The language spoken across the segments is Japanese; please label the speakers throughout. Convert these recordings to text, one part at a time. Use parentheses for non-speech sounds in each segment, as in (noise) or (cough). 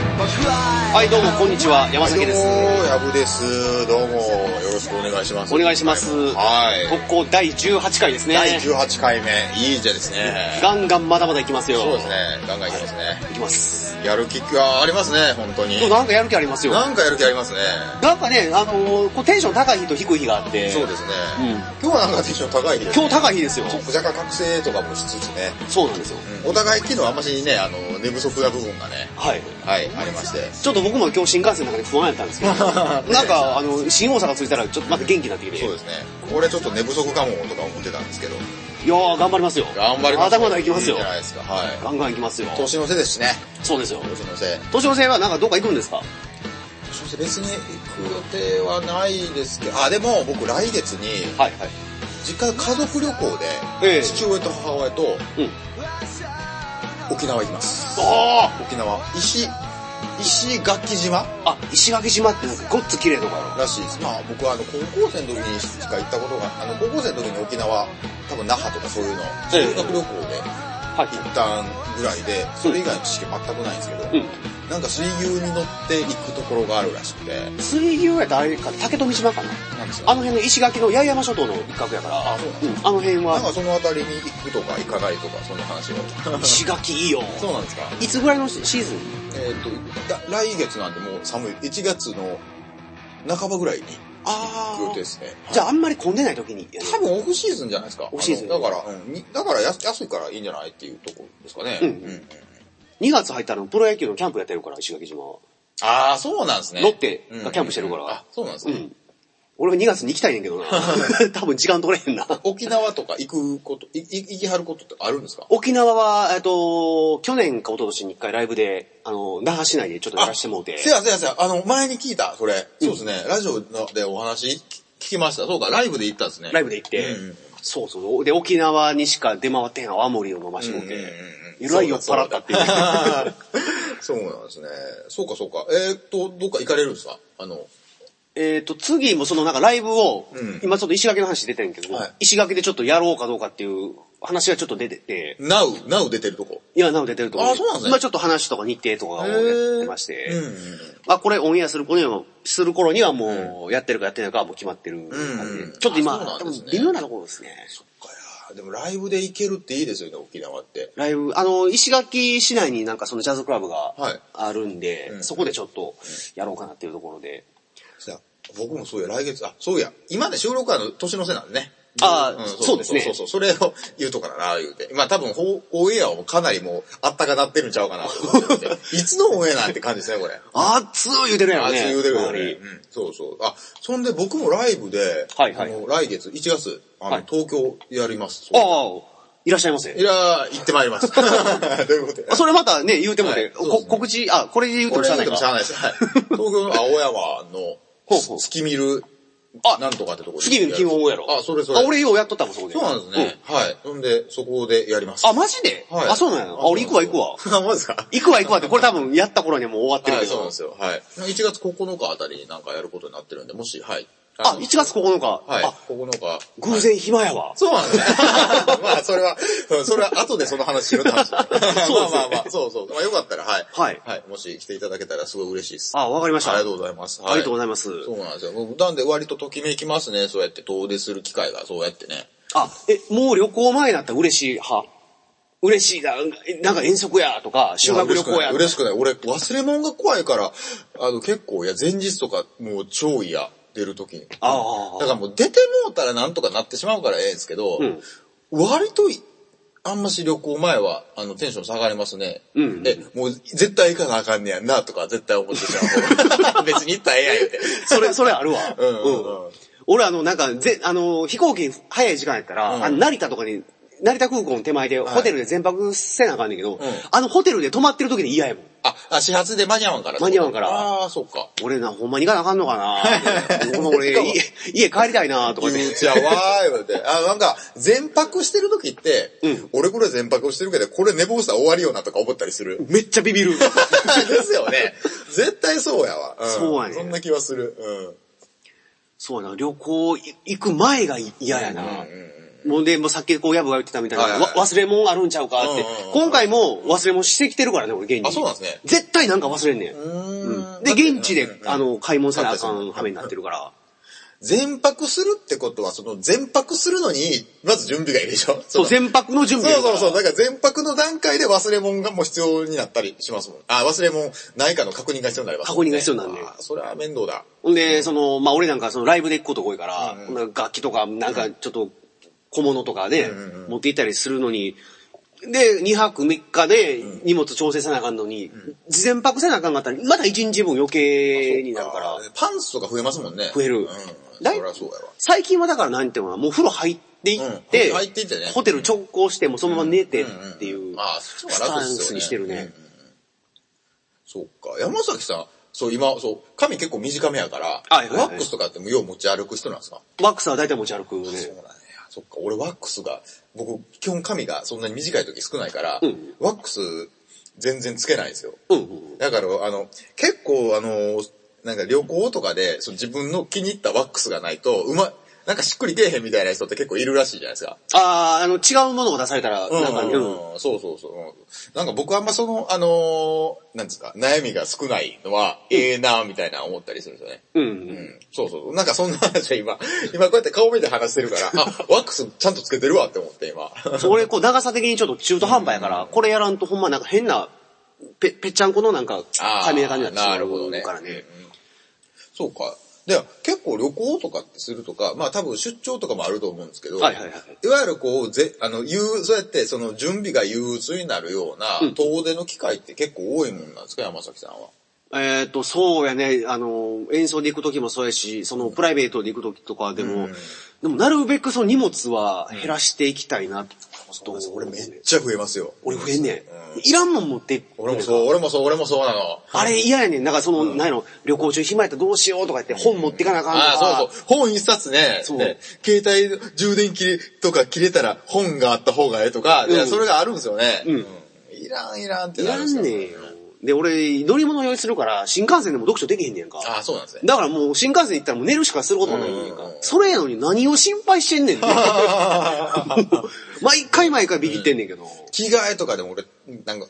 Speaker 1: はい、どうも、こんにちは。山崎です。
Speaker 2: ヤブです。どうも、よろしくお願いします。
Speaker 1: お願いします。
Speaker 2: はい。
Speaker 1: 特攻第18回ですね。
Speaker 2: 第18回目、いいじゃですね。
Speaker 1: ガンガンまだまだいきますよ。
Speaker 2: そうですね、ガンガンいきますね。
Speaker 1: いきます。
Speaker 2: やる気がありますね、本当に
Speaker 1: で。もなんかやる気ありますよ。
Speaker 2: なんかやる気ありますね。
Speaker 1: なんかね、あのーこうテンション高い日と低い日があって。
Speaker 2: そうですね。
Speaker 1: うん
Speaker 2: 今日はなんかテンション高い日です
Speaker 1: 今
Speaker 2: ね
Speaker 1: 日高い日ですよ。
Speaker 2: ちょっと若干覚醒とかもしつつね。
Speaker 1: そうなんですよ。
Speaker 2: お互い昨日あんましね、あの、寝不足な部分がね、
Speaker 1: はい。
Speaker 2: はい、ありまして。
Speaker 1: ちょっと僕も今日新幹線の中で不安やったん (laughs) ですけど、なんか、あの、新大阪着いたらちょっとまた元気になってきて。
Speaker 2: そうですね。俺ちょっと寝不足かもとか思ってたんですけど、
Speaker 1: いやー、頑張りますよ。
Speaker 2: 頑張りま
Speaker 1: ま
Speaker 2: す。
Speaker 1: だまだいきますよ
Speaker 2: いいじゃ。ないですか。はい。
Speaker 1: ガンガンいきますよ。
Speaker 2: 年の瀬ですしね。
Speaker 1: そうですよ。
Speaker 2: 年の瀬。
Speaker 1: 年の瀬はなんかどっか行くんですか
Speaker 2: そして別に行く予定はないですけど、あ、でも僕来月に、
Speaker 1: はいはい。
Speaker 2: 実家家族旅行
Speaker 1: ええ
Speaker 2: で、父親と母親と
Speaker 1: うん。
Speaker 2: 沖縄行きます。
Speaker 1: あ
Speaker 2: 沖縄、石、石垣島
Speaker 1: ああ、石垣島ってなんかごっつ綺麗とかあ
Speaker 2: らしいです。まあ僕はあの高校生の時にしか行ったことが、あの高校生の時に沖縄、多分那覇とかそういうの、
Speaker 1: ええ
Speaker 2: 修学旅行で
Speaker 1: る。はい
Speaker 2: 行ったぐらいで、それ以外の知識全くないんですけど、
Speaker 1: うん。
Speaker 2: なんか水牛に乗って行くところがあるらしくて、
Speaker 1: 水牛やったらあれか、竹富島かな。
Speaker 2: なんです
Speaker 1: あの辺の石垣の八重山諸島の一角やから、
Speaker 2: あそうなんです
Speaker 1: んあの辺
Speaker 2: なん
Speaker 1: は
Speaker 2: かその辺りに行くとか行かないとか、そんな話を。
Speaker 1: 石垣いいよ。
Speaker 2: (laughs) そうなんですか。
Speaker 1: いつぐらいのシーズン
Speaker 2: えっ、と、だ来月なんでもう寒い。1月の半ばぐらいに
Speaker 1: あ
Speaker 2: 行く予定ですね。
Speaker 1: じゃああんまり混んでない時にやる。
Speaker 2: 多分オフシーズンじゃないですか。
Speaker 1: オフシーズン
Speaker 2: あのだから、うんにだから安安いからいいんじゃないっていうところですかね。
Speaker 1: うん2月入ったらプロ野球のキャンプやってるから、石垣島は。
Speaker 2: ああ、そうなんですね。
Speaker 1: ロッテがキャンプしてるから
Speaker 2: うんあ、そうなんです
Speaker 1: う
Speaker 2: ね。
Speaker 1: ん。俺は2月に行きたいねんけ (laughs) どな。多分時間取れへんな。
Speaker 2: 沖縄とか行くこと、いい行きはることってあるんですか
Speaker 1: 沖縄は、えっと、去年か一昨年に一回ライブで、あの、那覇市内でちょっとやらしてもうて。
Speaker 2: せやせやせや、あの、前に聞いた、それ。そうですね。ラジオでお話聞きました。そうか、ライブで行ったんですね。
Speaker 1: ライブで行って、
Speaker 2: うん
Speaker 1: そうそう。で、沖縄にしか出回ってへん青森を飲ましてもうて、
Speaker 2: うんうんうんうん
Speaker 1: えらい酔っ払ったっていう。
Speaker 2: (laughs) そうなんですね。そうかそうか。えーっと、どっか行かれるんですかあの、
Speaker 1: (laughs) えっと、次もそのなんかライブを、
Speaker 2: うん
Speaker 1: 今ちょっと石垣の話出てんけど、
Speaker 2: はい
Speaker 1: 石垣でちょっとやろうかどうかっていう話がちょっと出てて、
Speaker 2: なう、なう出てるとこ。
Speaker 1: いや、なので出ると思
Speaker 2: あそうなんですね
Speaker 1: 今ちょっと話とか日程とかをやってまし
Speaker 2: へー
Speaker 1: て
Speaker 2: うんうんうん、
Speaker 1: まあこれオンエアする頃には、する頃にはもうやってるかやってないかはもう決まってる
Speaker 2: ん
Speaker 1: 感じで
Speaker 2: うん
Speaker 1: ちょっと今、
Speaker 2: あそうなん
Speaker 1: 多
Speaker 2: ですね
Speaker 1: 分微妙なところですね。
Speaker 2: そっかいやでもライブで行けるっていいですよね、沖縄って。
Speaker 1: ライブ、あの、石垣市内になんかそのジャズクラブが
Speaker 2: はい
Speaker 1: あるんで、
Speaker 2: うん
Speaker 1: そこでちょっとやろうかなっていうところで。
Speaker 2: そや僕もそうや、来月、あ、そうや、今ね、収録はあの年の瀬なんでね。
Speaker 1: あー
Speaker 2: ん
Speaker 1: そうですね
Speaker 2: そうそう、それを言うとかな、言うて。まあ多分、ほオンエアはかなりもう、あったかなってるんちゃうかなと思ってて、
Speaker 1: (laughs)
Speaker 2: いつのオンエアなんて感じですね、これ。
Speaker 1: あーつー言うてるやろ
Speaker 2: あ、
Speaker 1: ね。
Speaker 2: そう言うてるよね
Speaker 1: 周り
Speaker 2: うんそうそう。あ、そんで僕もライブで、
Speaker 1: はいはい
Speaker 2: あの来月、1月、あの、
Speaker 1: はい
Speaker 2: 東京やります。
Speaker 1: ああ、いらっしゃいませ
Speaker 2: い。やー、行ってまい
Speaker 1: (laughs)
Speaker 2: ります。どういうことや
Speaker 1: あそれまたね、言うてもね、
Speaker 2: はいそうです
Speaker 1: こ
Speaker 2: ね
Speaker 1: 告知、あ、これで言うて
Speaker 2: こ
Speaker 1: も
Speaker 2: れ
Speaker 1: しゃあ
Speaker 2: 言
Speaker 1: な
Speaker 2: う
Speaker 1: いか
Speaker 2: てもしゃあないです。はい東京の青山の
Speaker 1: ほうほう、
Speaker 2: 月見る、
Speaker 1: あ
Speaker 2: なんとかってとこで。
Speaker 1: 次の金曜やろ。
Speaker 2: あ、それそれ。
Speaker 1: あ、俺ようやっとったもん、そこで。
Speaker 2: そうなんですね。はい。ほんで、そこでやります。
Speaker 1: あ、マジで、
Speaker 2: はい
Speaker 1: あ、そうなんや。あ、俺行くわ行くわ。
Speaker 2: くわ。あ、マジですか (laughs)
Speaker 1: 行くわ行くわって、これ多分やった頃にはもう終わってる
Speaker 2: は
Speaker 1: け
Speaker 2: い、そうなん
Speaker 1: ど
Speaker 2: で。すよ。はい。1月9日あたりになんかやることになってるんで、もし、はい。
Speaker 1: あ、1
Speaker 2: の
Speaker 1: 月9日。
Speaker 2: はい
Speaker 1: あ、。
Speaker 2: 9日。
Speaker 1: 偶然暇やわ。
Speaker 2: そうなんですね。 (laughs) まあ、それは、うんそれは後でその話しろって話だね。
Speaker 1: (laughs) そうですね
Speaker 2: (laughs) まあまあまあ、そうそう。まあよかったら、はい。
Speaker 1: はい
Speaker 2: はい。もし来ていただけたらすごい嬉しいです。
Speaker 1: あ、わかりました。
Speaker 2: あ
Speaker 1: あ
Speaker 2: りがとうございます。
Speaker 1: りがとうござい
Speaker 2: ま
Speaker 1: ます。
Speaker 2: そうなんですよ。もうなんで割とときめきますね、そうやって遠出する機会が、そうやってね。
Speaker 1: あ、え、もう旅行前だったら嬉しい派。嬉しいな、えなんか遠足やとか、修学旅行やとか。
Speaker 2: 嬉しくない。俺、忘れ物が怖いから、あの、結構、いや、前日とか、もう超嫌、出る時に。
Speaker 1: ああ
Speaker 2: だからもう出てもうたらなんとかなってしまうからええんですけど、
Speaker 1: ん
Speaker 2: 割とい、あんまし旅行前は、あの、テンション下がりますね。
Speaker 1: うんうん
Speaker 2: え、もう絶対行かなあかんねやんな、とか絶対思ってし
Speaker 1: (laughs)
Speaker 2: まう。別に行ったらええやん言うて。
Speaker 1: それ、それあるわ。
Speaker 2: (laughs) うんうんうん
Speaker 1: 俺あの、なんか、ぜ、あの、飛行機早い時間やったら、
Speaker 2: うん
Speaker 1: あの、成田とかに、成田空港の手前で、ホテルで全泊せなあかんねんけど、あのホテルで泊まってる時で嫌やもん。
Speaker 2: あ、あ始発で間に合わんから。
Speaker 1: 間に合わんから
Speaker 2: ああ、そっか。
Speaker 1: 俺な、ほんまに行かなあかんのか
Speaker 2: (laughs)
Speaker 1: なもう俺、い家帰りたいなとか
Speaker 2: 言
Speaker 1: っ
Speaker 2: う
Speaker 1: て。
Speaker 2: ちゃわ
Speaker 1: (laughs)
Speaker 2: ーい、言うて。あ、なんか、全泊してる時って、
Speaker 1: うん
Speaker 2: 俺これ全泊してるけど、これ寝坊したら終わりよな、とか思ったり
Speaker 1: (laughs)
Speaker 2: する。
Speaker 1: めっちゃビビる。
Speaker 2: (laughs) ですよね。 (laughs) 絶対そうやわ。ん
Speaker 1: そうやね
Speaker 2: そんな気はする。うん。
Speaker 1: そうやな、旅行い行く前が嫌やな。もうで、もうさっきこう、ヤブが言ってたみたいな、
Speaker 2: はいはいはい
Speaker 1: わ忘れ物あるんちゃうかって、
Speaker 2: うんうんうん
Speaker 1: 今回も忘れ物してきてるからね、俺現に。
Speaker 2: あそうなんですね
Speaker 1: 絶対なんか忘れんねん。
Speaker 2: うーんうん
Speaker 1: で、現地
Speaker 2: うん
Speaker 1: で
Speaker 2: う、ん
Speaker 1: あの、買い物せなあかん羽目になってるから。
Speaker 2: 全泊するってことは、その全泊するのに、まず準備がいるでしょ
Speaker 1: そう、
Speaker 2: その
Speaker 1: 全泊の準備
Speaker 2: そうそうそう。
Speaker 1: う。
Speaker 2: だから全泊の段階で忘れ物がもう必要になったりしますもん。あ、忘れ物ないかの確認が必要になりますも
Speaker 1: 確
Speaker 2: ね、
Speaker 1: 認が必要になるね
Speaker 2: あそれは面倒だ。
Speaker 1: ほんで、その、まあ、俺なんかそのライブで行くことが多いから、
Speaker 2: うんうん
Speaker 1: こんな楽器とか、なんかちょっと小物とかね、
Speaker 2: んうん
Speaker 1: 持って行ったりするのに、で、2泊3日で荷物調整せなあかんのに、事前泊せなあかんかったら、まだ1日分余計になるから、
Speaker 2: パンツとか増えますもんね。
Speaker 1: 増える
Speaker 2: うん。そり
Speaker 1: だ
Speaker 2: ゃ
Speaker 1: い
Speaker 2: そうやわ。
Speaker 1: 最近はだからなんていうのかな、もう風呂入っていって、
Speaker 2: うん入っていってね
Speaker 1: ホテル直行して、もうそのまま寝てってい
Speaker 2: んん
Speaker 1: う、
Speaker 2: んああ、そっち
Speaker 1: ス
Speaker 2: の方が
Speaker 1: タ
Speaker 2: 楽
Speaker 1: ン
Speaker 2: っす
Speaker 1: ス
Speaker 2: よ
Speaker 1: にしてるね。
Speaker 2: うんうんそっか。山崎さん、そう、今、そう、髪結構短めやから、
Speaker 1: はいはいはい
Speaker 2: ワックスとかってもよう持ち歩く人なんですか
Speaker 1: ワックスは大体持ち歩くね。
Speaker 2: そうなんや。そっか、俺ワックスが、僕、基本髪がそんなに短い時少ないから、
Speaker 1: うん
Speaker 2: ワックス全然つけないんですよ。
Speaker 1: うんうん。
Speaker 2: だから、あの、結構、あの、なんか旅行とかで、その自分の気に入ったワックスがないと、うま、なんかしっくりけえへんみたいな人って結構いるらしいじゃないですか。
Speaker 1: ああ、あの、違うものが出されたら、
Speaker 2: うん
Speaker 1: なんか、うん。
Speaker 2: そうそうそううん。なんか僕あんまその、あのーなんですか、悩みが少ないのは、ええなーみたいな思ったりするんですよね。
Speaker 1: う。
Speaker 2: うんん。そうそう。なんかそんな話は今、 (laughs) 今こうやって顔見て話してるから、あ、
Speaker 1: (laughs)
Speaker 2: ワックスちゃんとつけてるわって思って今。
Speaker 1: 俺、こう、長さ的にちょっと中途半端やから、これやらんとほんまなんか変な、ぺ、ぺっちゃんこのなんか、
Speaker 2: あー
Speaker 1: 髪な感じになって
Speaker 2: な
Speaker 1: し
Speaker 2: るほ
Speaker 1: ま
Speaker 2: ど
Speaker 1: う
Speaker 2: ね。
Speaker 1: から
Speaker 2: うんう
Speaker 1: ね
Speaker 2: ん。そうか。で、結構旅行とかってするとか、まあ多分出張とかもあると思うんですけど、
Speaker 1: はいはいはい
Speaker 2: いわゆるこう、ぜあの、ゆうそうやってその準備が憂鬱になるような
Speaker 1: うん
Speaker 2: 遠出の機会って結構多いもんなんですか、山崎さんは。
Speaker 1: えっと、そうやね、あの、演奏で行く時もそうやし、その、プライベートで行く時とかでも
Speaker 2: うん、
Speaker 1: でも、なるべくその荷物は減らしていきたいな、と。
Speaker 2: 俺めっちゃ増えますよ。
Speaker 1: 俺増えんね
Speaker 2: うん
Speaker 1: ん。いらんもん持って
Speaker 2: 俺もそう、俺もそう、俺もそうなの。
Speaker 1: あれ嫌やねん。なんかその、なんやろ、旅行中暇やったらどうしようとか言って本持ってかなあかんとか。
Speaker 2: ああ、そうそう。本一冊ね。
Speaker 1: そう
Speaker 2: ね携帯の充電切れとか切れたら本があった方がええとか、いや
Speaker 1: うん
Speaker 2: それがあるんですよね。
Speaker 1: うん
Speaker 2: いらんいらんって
Speaker 1: い
Speaker 2: な
Speaker 1: ら
Speaker 2: る
Speaker 1: ん
Speaker 2: です
Speaker 1: ねんよ。で、俺、乗り物用意するから、新幹線でも読書できへんねやんか。
Speaker 2: ああ、そうなんですね。
Speaker 1: だからもう、新幹線行ったらもう寝るしかすることもないねんやんか
Speaker 2: うんうんうん。
Speaker 1: それやのに何を心配してんねんって。
Speaker 2: (laughs)
Speaker 1: 毎回毎回ビビってんねんけど。
Speaker 2: 着替えとかでも俺、なんか、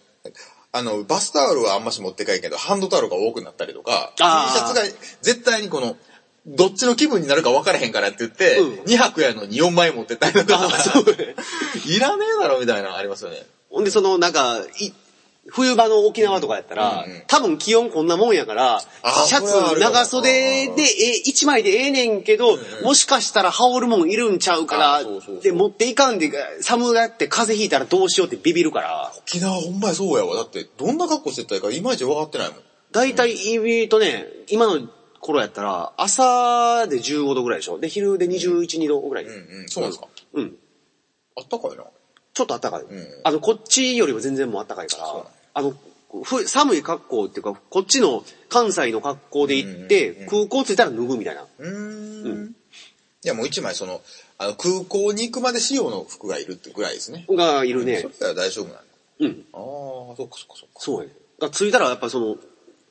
Speaker 2: あの、バスタオルはあんまし持ってかいけど、ハンドタオルが多くなったりとか、T シ
Speaker 1: あ
Speaker 2: ャ
Speaker 1: あ
Speaker 2: ツが絶対にこの、どっちの気分になるか分からへんからって言って、
Speaker 1: うん
Speaker 2: 2泊やのに4枚持ってったりとか
Speaker 1: あ、そうね。
Speaker 2: (laughs) いらねえだろみたいなのありますよね。
Speaker 1: ほんで、その、なんか、い冬場の沖縄とかやったら、
Speaker 2: うんうん
Speaker 1: 多分気温こんなもんやから
Speaker 2: あ、
Speaker 1: シャ
Speaker 2: それはあ
Speaker 1: ツ
Speaker 2: るよ
Speaker 1: 長袖で、え、一枚でええねんけど、もしかしたら羽織るもんいるんちゃうか
Speaker 2: あ
Speaker 1: ら
Speaker 2: そうそうそう、
Speaker 1: で、持っていかんで、寒がって風邪ひいたらどうしようってビビるから、
Speaker 2: 沖縄ほんまにそうやわ。だって、どんな格好してったかいまいち分かってないもん。
Speaker 1: 大体、えっとね、今の頃やったら、朝で15度ぐらいでしょ。で、昼で21、2度ぐらい。
Speaker 2: うんうん、そうなんですか。
Speaker 1: うん。
Speaker 2: あったかいな。
Speaker 1: ちょっと暖かい。
Speaker 2: ん
Speaker 1: あの、こっちよりも全然もう暖かいから、あの、ふ寒い格好っていうか、こっちの関西の格好で行って、空港着いたら脱ぐみたいな。
Speaker 2: うーん。いや、もう一枚その、あの、空港に行くまで仕様の服がいるってぐらいですね。
Speaker 1: がいるね
Speaker 2: そ。したら大丈夫なの。
Speaker 1: うん。
Speaker 2: ああ、そっかそっかそっか。
Speaker 1: そうやね。だから着いたらやっぱりその、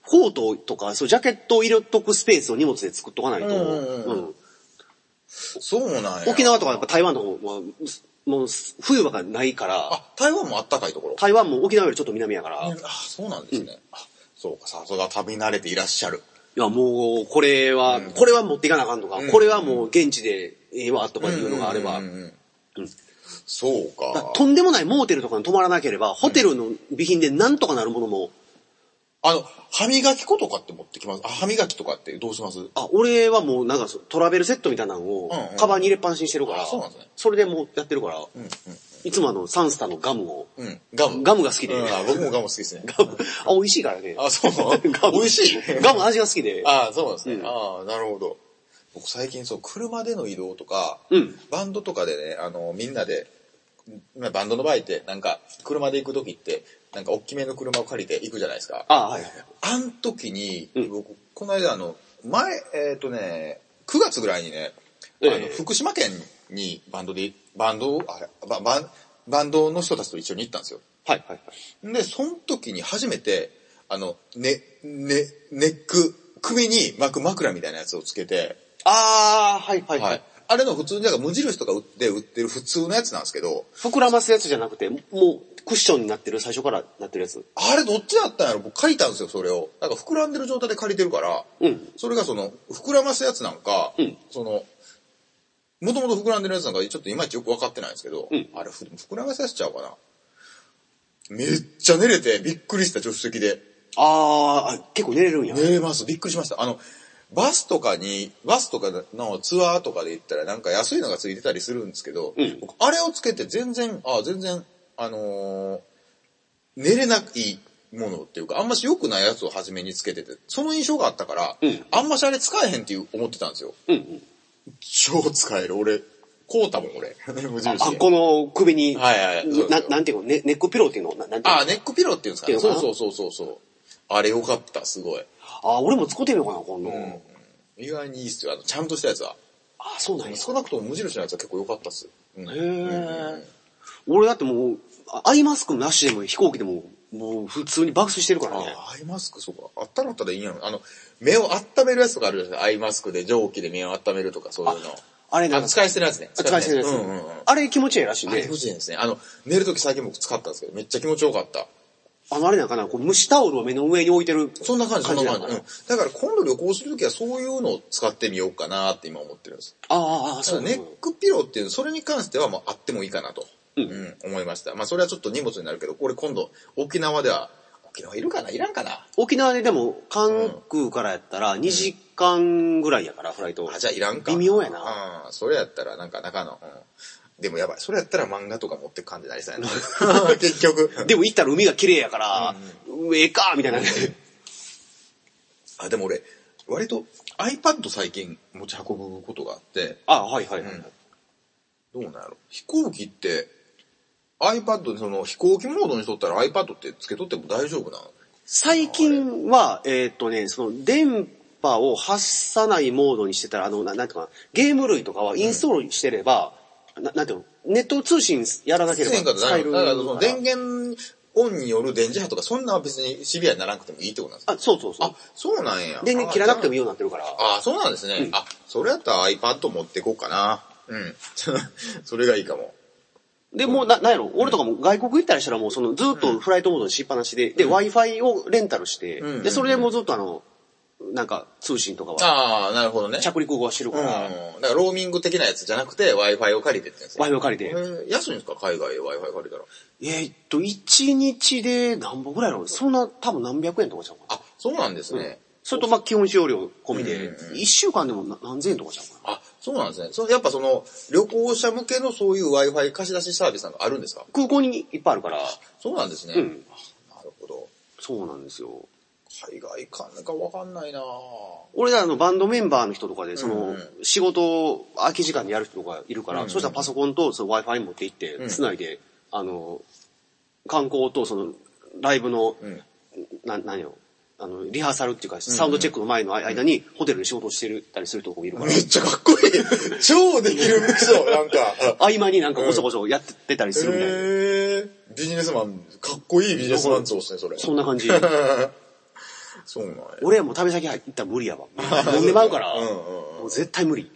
Speaker 1: コートとか、そう、ジャケットを入れとくスペースを荷物で作っとかないと、
Speaker 2: うんうんうん
Speaker 1: うん
Speaker 2: そうなんや。
Speaker 1: 沖縄とかやっぱ台湾の方は、もう冬場がないから、
Speaker 2: あ、台湾もあったかいところ。
Speaker 1: 台湾も沖縄よりちょっと南やから、
Speaker 2: あ
Speaker 1: い
Speaker 2: そうなんですね。あそうか、さすが旅慣れていらっしゃる。
Speaker 1: やもう、これは、これは持っていかなあかんとか、これはもう現地でええわとかいうのがあれば、
Speaker 2: うんうんうん
Speaker 1: うん
Speaker 2: そう
Speaker 1: だ
Speaker 2: か
Speaker 1: から。とんでもないモーテルとかに泊まらなければ、ホテルの備品でなんとかなるものも、
Speaker 2: あの、歯磨き粉とかって持ってきますあ、歯磨きとかってどうします
Speaker 1: あ、俺はもうなんかそうトラベルセットみたいなのを
Speaker 2: うんうん、
Speaker 1: カバンに入れっぱなしにしてるから、
Speaker 2: あそうなんですね
Speaker 1: それでもうやってるから、
Speaker 2: うん、
Speaker 1: いつもあの、サンスタのガムを、
Speaker 2: うん、うん。ガム。
Speaker 1: ガムが好きで
Speaker 2: うんあ僕もガム好きですね。
Speaker 1: ガム (laughs) あ、美味しいからね。
Speaker 2: あ、そう (laughs)
Speaker 1: ガム
Speaker 2: 美味しい。
Speaker 1: ガム味が好きで。
Speaker 2: ああ、そうなんですね。
Speaker 1: うん
Speaker 2: ああ、なるほど。僕最近そう、車での移動とか、
Speaker 1: うん
Speaker 2: バンドとかでね、あの、みんなで、まあバンドの場合って、なんか、車で行く時って、なんか、大きめの車を借りて行くじゃないですか。あ
Speaker 1: あ、はいはい。
Speaker 2: ん時に、
Speaker 1: うん
Speaker 2: 僕、この間、あの、前、えっ、とね、9月ぐらいにね、あ
Speaker 1: え
Speaker 2: の
Speaker 1: え
Speaker 2: 福島県にバンドで、バンドを、あれババンバンドの人たちと一緒に行ったんですよ。
Speaker 1: はいはいはい。
Speaker 2: で、その時に初めて、あの、ね、ね、ネック、首に巻く枕みたいなやつをつけて、
Speaker 1: あー、はいはい
Speaker 2: は
Speaker 1: はいい。。
Speaker 2: あれの普通に、だから無印とか売って、売ってる普通のやつなんですけど、
Speaker 1: 膨らますやつじゃなくて、もうクッションになってる、最初からなってるやつ。
Speaker 2: あれどっちだったんやろ僕借りたんですよ、それを。なんか膨らんでる状態で借りてるから、
Speaker 1: うん
Speaker 2: それがその、膨らますやつなんか、
Speaker 1: うん
Speaker 2: その、もともと膨らんでるやつなんか、ちょっといまいちよく分かってないんですけど、
Speaker 1: うん
Speaker 2: あれ、ふ膨らますやつちゃうかな。めっちゃ寝れて、びっくりした助手席で。
Speaker 1: あーあ、結構寝れるんや。
Speaker 2: 寝れます、びっくりしました。あの、バスとかに、バスとかのツアーとかで行ったらなんか安いのがついてたりするんですけど、
Speaker 1: うん
Speaker 2: 僕あれをつけて全然、あ全然、あのー寝れないものっていうか、あんまし良くないやつを初めにつけてて、その印象があったから、
Speaker 1: うん
Speaker 2: あんましあれ使えへんっていう思ってたんですよ。
Speaker 1: うんうん。
Speaker 2: 超使える、俺。こうたもん、俺。 (laughs) 無印で
Speaker 1: あ、この首に、
Speaker 2: はいはいそうです
Speaker 1: な
Speaker 2: よ
Speaker 1: なんていうの、ね、ネックピローっていうのななんていうの
Speaker 2: あ、ネックピローっていうんですかね。
Speaker 1: ってい
Speaker 2: そうう
Speaker 1: のか
Speaker 2: そ
Speaker 1: な
Speaker 2: うそうそうそう。あれ良かった、すごい。
Speaker 1: あー俺も使ってみようかな、今度。
Speaker 2: 意外にいいっすよ、あの、ちゃんとしたやつは。
Speaker 1: あーそうなんや。
Speaker 2: 少なくとも無印のやつは結構良かったっす。うん
Speaker 1: へー俺だってもう、あアイマスクなしでも飛行機でも、もう普通に爆睡してるからね。
Speaker 2: あアイマスク、そうか。あったらあったらいいんやろ。あの、目を温めるやつとかあるじゃないですか。アイマスクで蒸気で目を温めるとかそういうの。
Speaker 1: あれ
Speaker 2: あ
Speaker 1: なん
Speaker 2: の
Speaker 1: か、
Speaker 2: 使い捨てのやつね。
Speaker 1: 使い捨てのやつ
Speaker 2: うんうんうん。
Speaker 1: あれ気持ちいいらしい
Speaker 2: あれ
Speaker 1: ね
Speaker 2: 欲。しいですね。あの、寝るとき最近僕使ったんですけど、めっちゃ気持ちよかった。
Speaker 1: あの、あれなんかな、こう虫タオルを目の上に置いてる。
Speaker 2: そんな感じ、そんな感じ。
Speaker 1: 感
Speaker 2: うんだから今度旅行するときはそういうのを使ってみようかなって今思ってるんです。
Speaker 1: あーあー、
Speaker 2: た
Speaker 1: そ
Speaker 2: だ
Speaker 1: う
Speaker 2: ネ
Speaker 1: ね。
Speaker 2: ックピローっていうの、それに関してはもうあってもいいかなと、
Speaker 1: う
Speaker 2: うんん思いました。まあそれはちょっと荷物になるけど、これ今度沖縄では、沖縄いるかないらんかな
Speaker 1: 沖縄ででも、関空からやったら2時間ぐらいやから、フライト。
Speaker 2: あ、じゃあいらんか。
Speaker 1: 微妙やな。
Speaker 2: うん、それやったらなんか中の、うんでもやばい。それやったら漫画とか持ってく感じになりそうやな。
Speaker 1: (laughs)
Speaker 2: 結局。
Speaker 1: でも行ったら海が綺麗やから、ええかみたいな。
Speaker 2: あ、でも俺、割と iPad 最近持ち運ぶことがあって、
Speaker 1: (laughs) あはいはいはい。
Speaker 2: どうなんやろ。飛行機って、iPad でその飛行機モードにしとったら iPad って付けとっても大丈夫なの
Speaker 1: 最近は、えーっとね、その、電波を発さないモードにしてたら、あの、ななんていうかな、ゲーム類とかはインストールしてれば、ななんていうの、ネット通信やらなけれ
Speaker 2: せんか
Speaker 1: ば
Speaker 2: ったら
Speaker 1: 使
Speaker 2: な
Speaker 1: え
Speaker 2: い
Speaker 1: る
Speaker 2: だからその電源オンによる電磁波とかそんなは別にシビアにならなくてもいいってことなんですか
Speaker 1: あ、そうそうそう
Speaker 2: あ。、そうなんや。
Speaker 1: 電源切らなくてもいい
Speaker 2: い。
Speaker 1: ようになってるから。
Speaker 2: あ、そうなんですね。あ、それやったら iPad 持ってこうかな。うん。 (laughs) それがいいかも。
Speaker 1: で、もうな、なんやろ、俺とかも外国行ったりしたらもうそのずっとフライトモードにしっぱなしで、で、Wi-Fi をレンタルして、
Speaker 2: うん
Speaker 1: で、それでもうずっとあの、なんか通信とかは、
Speaker 2: ああ、なるほどね。
Speaker 1: 着陸後はしてる
Speaker 2: う
Speaker 1: か
Speaker 2: ん。だ
Speaker 1: ら、
Speaker 2: からローミング的なやつじゃなくて Wi-Fi を借りてってやつ。
Speaker 1: Wi-Fi を借り
Speaker 2: え
Speaker 1: て。
Speaker 2: ー安いんですか海外で Wi-Fi 借りたら。
Speaker 1: えーっと、1日で何本ぐらいなのそんな多分何百円とかちゃうかな。
Speaker 2: あ、そうなんですね。
Speaker 1: それとまあ基本使用料込みで
Speaker 2: う、ん
Speaker 1: 1週間でもな何千円とかちゃうかな。
Speaker 2: あ、そうなんですね。そやっぱその、旅行者向けのそういう Wi-Fi 貸し出しサービスなんかあるんですか
Speaker 1: 空港にいっぱいあるから、
Speaker 2: そうなんですね。
Speaker 1: うん
Speaker 2: あなるほど。
Speaker 1: そうなんですよ。
Speaker 2: 海外かなんかわかんないなぁ。
Speaker 1: 俺らあのバンドメンバーの人とかで、そ
Speaker 2: うんう
Speaker 1: の
Speaker 2: ん、
Speaker 1: 仕事を空き時間にやる人とかいるから、
Speaker 2: うんうん
Speaker 1: そうしたらパソコンとその Wi-Fi 持って行って、
Speaker 2: ん
Speaker 1: つないで、あの、観光とその、ライブの、
Speaker 2: ん
Speaker 1: な、なんよ、あの、リハーサルっていうか、サウンドチェックの前の間に、ホテルで仕事をしてるたりするとこいるから
Speaker 2: め、っちゃかっこいい。超できるクソ、なんか。
Speaker 1: 合間になんかごそごそやってたりするみたいな。
Speaker 2: へービジネスマン、かっこいいビジネスマン像ですね、それ。
Speaker 1: そんな
Speaker 2: (laughs)
Speaker 1: 感じ。
Speaker 2: そうなんや。
Speaker 1: 俺はもう旅先行ったら無理やわ。飲んでまうから、
Speaker 2: うんうんうん
Speaker 1: もう絶対無理。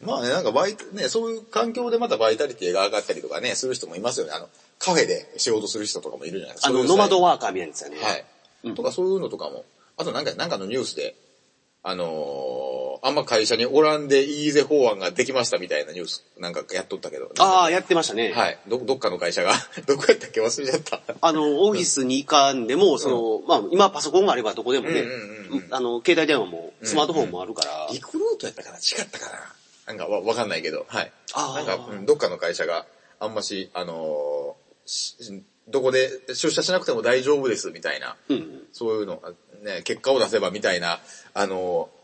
Speaker 2: まあね、なんかバイト、ね、そういう環境でまたバイタリティが上がったりとかね、する人もいますよね。あの、カフェで仕事する人とかもいるじゃないです
Speaker 1: あ
Speaker 2: か。
Speaker 1: の、
Speaker 2: そういう
Speaker 1: ノマド
Speaker 2: は。
Speaker 1: ワーカーみたいなやつやね。
Speaker 2: はい。とかそういうのとかも。あとなんか、なんかのニュースで、あのーあんま会社におらんでイーゼ法案ができましたみたいなニュース、なんかやっとったけど。
Speaker 1: ああ、やってましたね。
Speaker 2: はい。ど、どっかの会社が、 (laughs) どこやったっけ忘れちゃった。
Speaker 1: あの、オフィスに行かんでも、その、まあ、今パソコンがあればどこでもね、
Speaker 2: うんうんうんうん
Speaker 1: あの、携帯電話も、スマートフォンもあるから、
Speaker 2: リクルートやったかな違ったかななんかわ、わかんないけど、はい。
Speaker 1: あ
Speaker 2: な
Speaker 1: ー
Speaker 2: んか、うんどっかの会社があんまし、あのーしどこで出社しなくても大丈夫ですみたいな、
Speaker 1: うん
Speaker 2: そういうの、あね、結果を出せばみたいな、あのー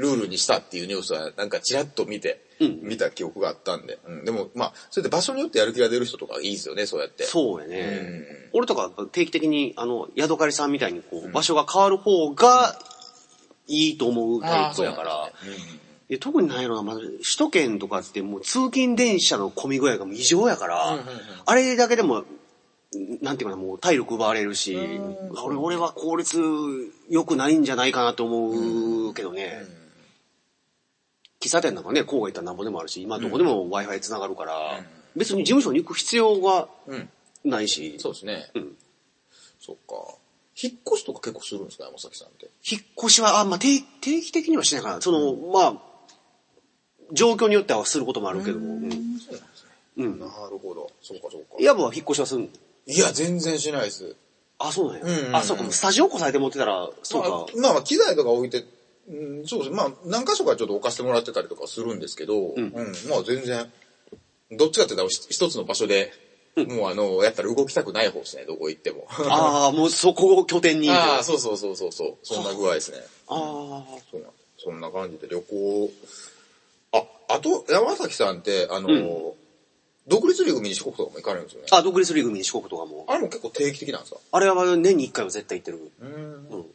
Speaker 2: ルールにしたっていうニュースはなんかちらっと見て、
Speaker 1: うん
Speaker 2: 見た記憶があったんで、うんでもまあ、それで場所によってやる気が出る人とかいいですよね、そうやって。
Speaker 1: そうやね、
Speaker 2: うんうん
Speaker 1: 俺とか定期的に、あの、ヤドカリさんみたいに、こう、場所が変わる方が、いいと思うタイプやから、
Speaker 2: うんうん
Speaker 1: いや特にないのは、まず、首都圏とかってもう通勤電車の混み具合がもう異常やから、
Speaker 2: うんうんうん
Speaker 1: あれだけでも、なんていうかな、もう体力奪われるし、俺俺は効率良くないんじゃないかなと思うけどね。喫茶店なんかね、郊外行ったらなんぼでもあるし、今どこでも Wi-Fi 繋がるから、別に事務所に行く必要が
Speaker 2: うん。
Speaker 1: ないし、
Speaker 2: そうですね。
Speaker 1: うん
Speaker 2: そっか。引っ越しとか結構するんですか、山崎さんって。
Speaker 1: 引っ越しは、あ、まあ、定定期的にはしないかな。その、まあ、状況によってはすることもあるけども。うん。
Speaker 2: そうなんですね。
Speaker 1: うん
Speaker 2: なるほど。そうか、そうか。
Speaker 1: ヤブは引っ越しはするの
Speaker 2: いや、全然しないです。
Speaker 1: あ、そうなんや。
Speaker 2: うんうんうん
Speaker 1: あ、そうか。スタジオこさえて持ってたら、そうか。
Speaker 2: まあ、まあ、機材とか置いて、うん、そうです。まあ、何箇所かちょっと置かせてもらってたりとかするんですけど、うんん、まあ全然、どっちかって言ったらひ一つの場所で、もうあの、やったら動きたくない方ですね、どこ行っても。
Speaker 1: (laughs) ああ、もうそこを拠点に。
Speaker 2: あ
Speaker 1: あ
Speaker 2: あ、そうそうそうそうそう、そんな具合ですね。
Speaker 1: あー。
Speaker 2: そうなんそんな感じで旅行、あ、あと、山崎さんって、あの、独立リーグ見に四国とかも行かれるんですよね。
Speaker 1: あ、独立リーグに四国とかも。
Speaker 2: あれも結構定期的なんですか
Speaker 1: あれは年に一回は絶対行ってる。
Speaker 2: うん
Speaker 1: うん。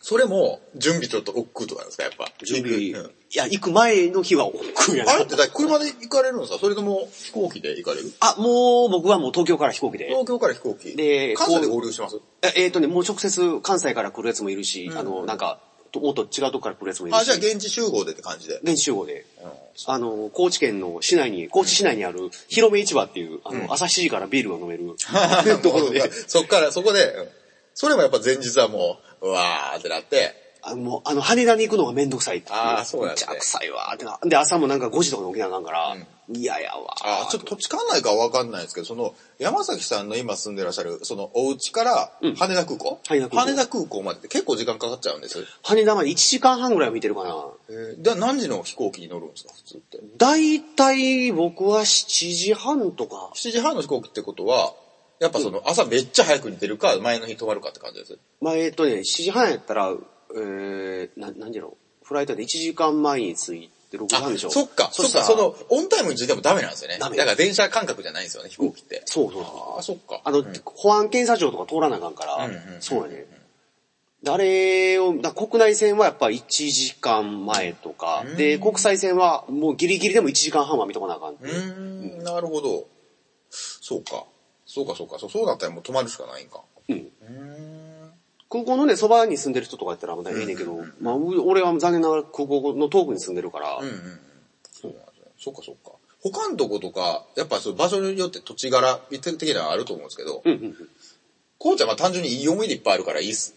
Speaker 2: それも、準備ちょっと億劫とかなんですか、やっぱ。
Speaker 1: 準備。い
Speaker 2: うん
Speaker 1: や、行く前の日は億劫やな
Speaker 2: あ。れってだ車で行かれるんですかそれとも飛行機で行かれる
Speaker 1: あ、もう僕はもう東京から飛行機で。
Speaker 2: 東京から飛行機。
Speaker 1: で
Speaker 2: 関西で合流します
Speaker 1: ええーとね、もう直接関西から来るやつもいるし、
Speaker 2: うん
Speaker 1: あの、なんか、ともっと違うとこから来るやつもいるし。
Speaker 2: あ、じゃあ現地集合でって感じで。 (laughs)
Speaker 1: 電子集合で、
Speaker 2: うん
Speaker 1: あの、高知県の市内に、高知市内にある広め市場っていう、あの、
Speaker 2: うん、
Speaker 1: 朝7時からビールが飲める
Speaker 2: (laughs)
Speaker 1: ところで、
Speaker 2: そっから、そこで、うんそれもやっぱ前日はもう、うわーってなって、
Speaker 1: あの、もうあの羽田に行くのがめんどくさいっていう。
Speaker 2: あーそうなん
Speaker 1: め
Speaker 2: です
Speaker 1: ち
Speaker 2: ね
Speaker 1: ゃくさいわーってな。で、朝もなんか5時とかに起きなあかんから、嫌、やわー
Speaker 2: あーちょっと土地勘内かはわかんないですけど、その、山崎さんの今住んでらっしゃる、その、お家から、
Speaker 1: うん
Speaker 2: 羽田空港、
Speaker 1: 羽田空港
Speaker 2: 空港までって結構時間かかっちゃうんです。
Speaker 1: 羽田まで1時間半ぐらいは見てるかな。
Speaker 2: えー、で何時の飛行機に乗るんですか、普通って。
Speaker 1: だいたい僕は7時半とか、
Speaker 2: 7時半の飛行機ってことは、やっぱその、朝めっちゃ早くに出るか、前の日泊まるかって感じです。
Speaker 1: まあ、えっ、とね、7時半やったら、えー、な、なんじゃろう。フライトで1時間前に着いて6時半でしょ。
Speaker 2: そっか、そっ
Speaker 1: したら
Speaker 2: か、その、オンタイムについてもダメなんですよね。だ
Speaker 1: ダ
Speaker 2: か
Speaker 1: メ
Speaker 2: ら電車感覚じゃないんですよね、飛行機って。
Speaker 1: そうそうそう。
Speaker 2: ああ、そっか。
Speaker 1: あの、
Speaker 2: うん
Speaker 1: 保安検査庁とか通らなあかんから、
Speaker 2: うんうん
Speaker 1: そうやね。であれを、だ国内線はやっぱ1時間前とか、で、国際線はもうギリギリでも1時間半は見とかなあかんって
Speaker 2: うーん、なるほど。そうか。そうか、そうか。そうそうだったらもう泊まるしかないんか。
Speaker 1: うん
Speaker 2: うーん。
Speaker 1: 空港のね、そばに住んでる人とかやったらまだいいねんけど、まあ、う俺は残念ながら空港の遠くに住んでるから、
Speaker 2: うんうんうん。そうなんですね。そっか、そっか。他のとことか、やっぱそう場所によって土地柄、的なのはあると思うんですけど、
Speaker 1: うんうんうん
Speaker 2: こうちゃんは単純にいい思いでいっぱいあるからいいっす。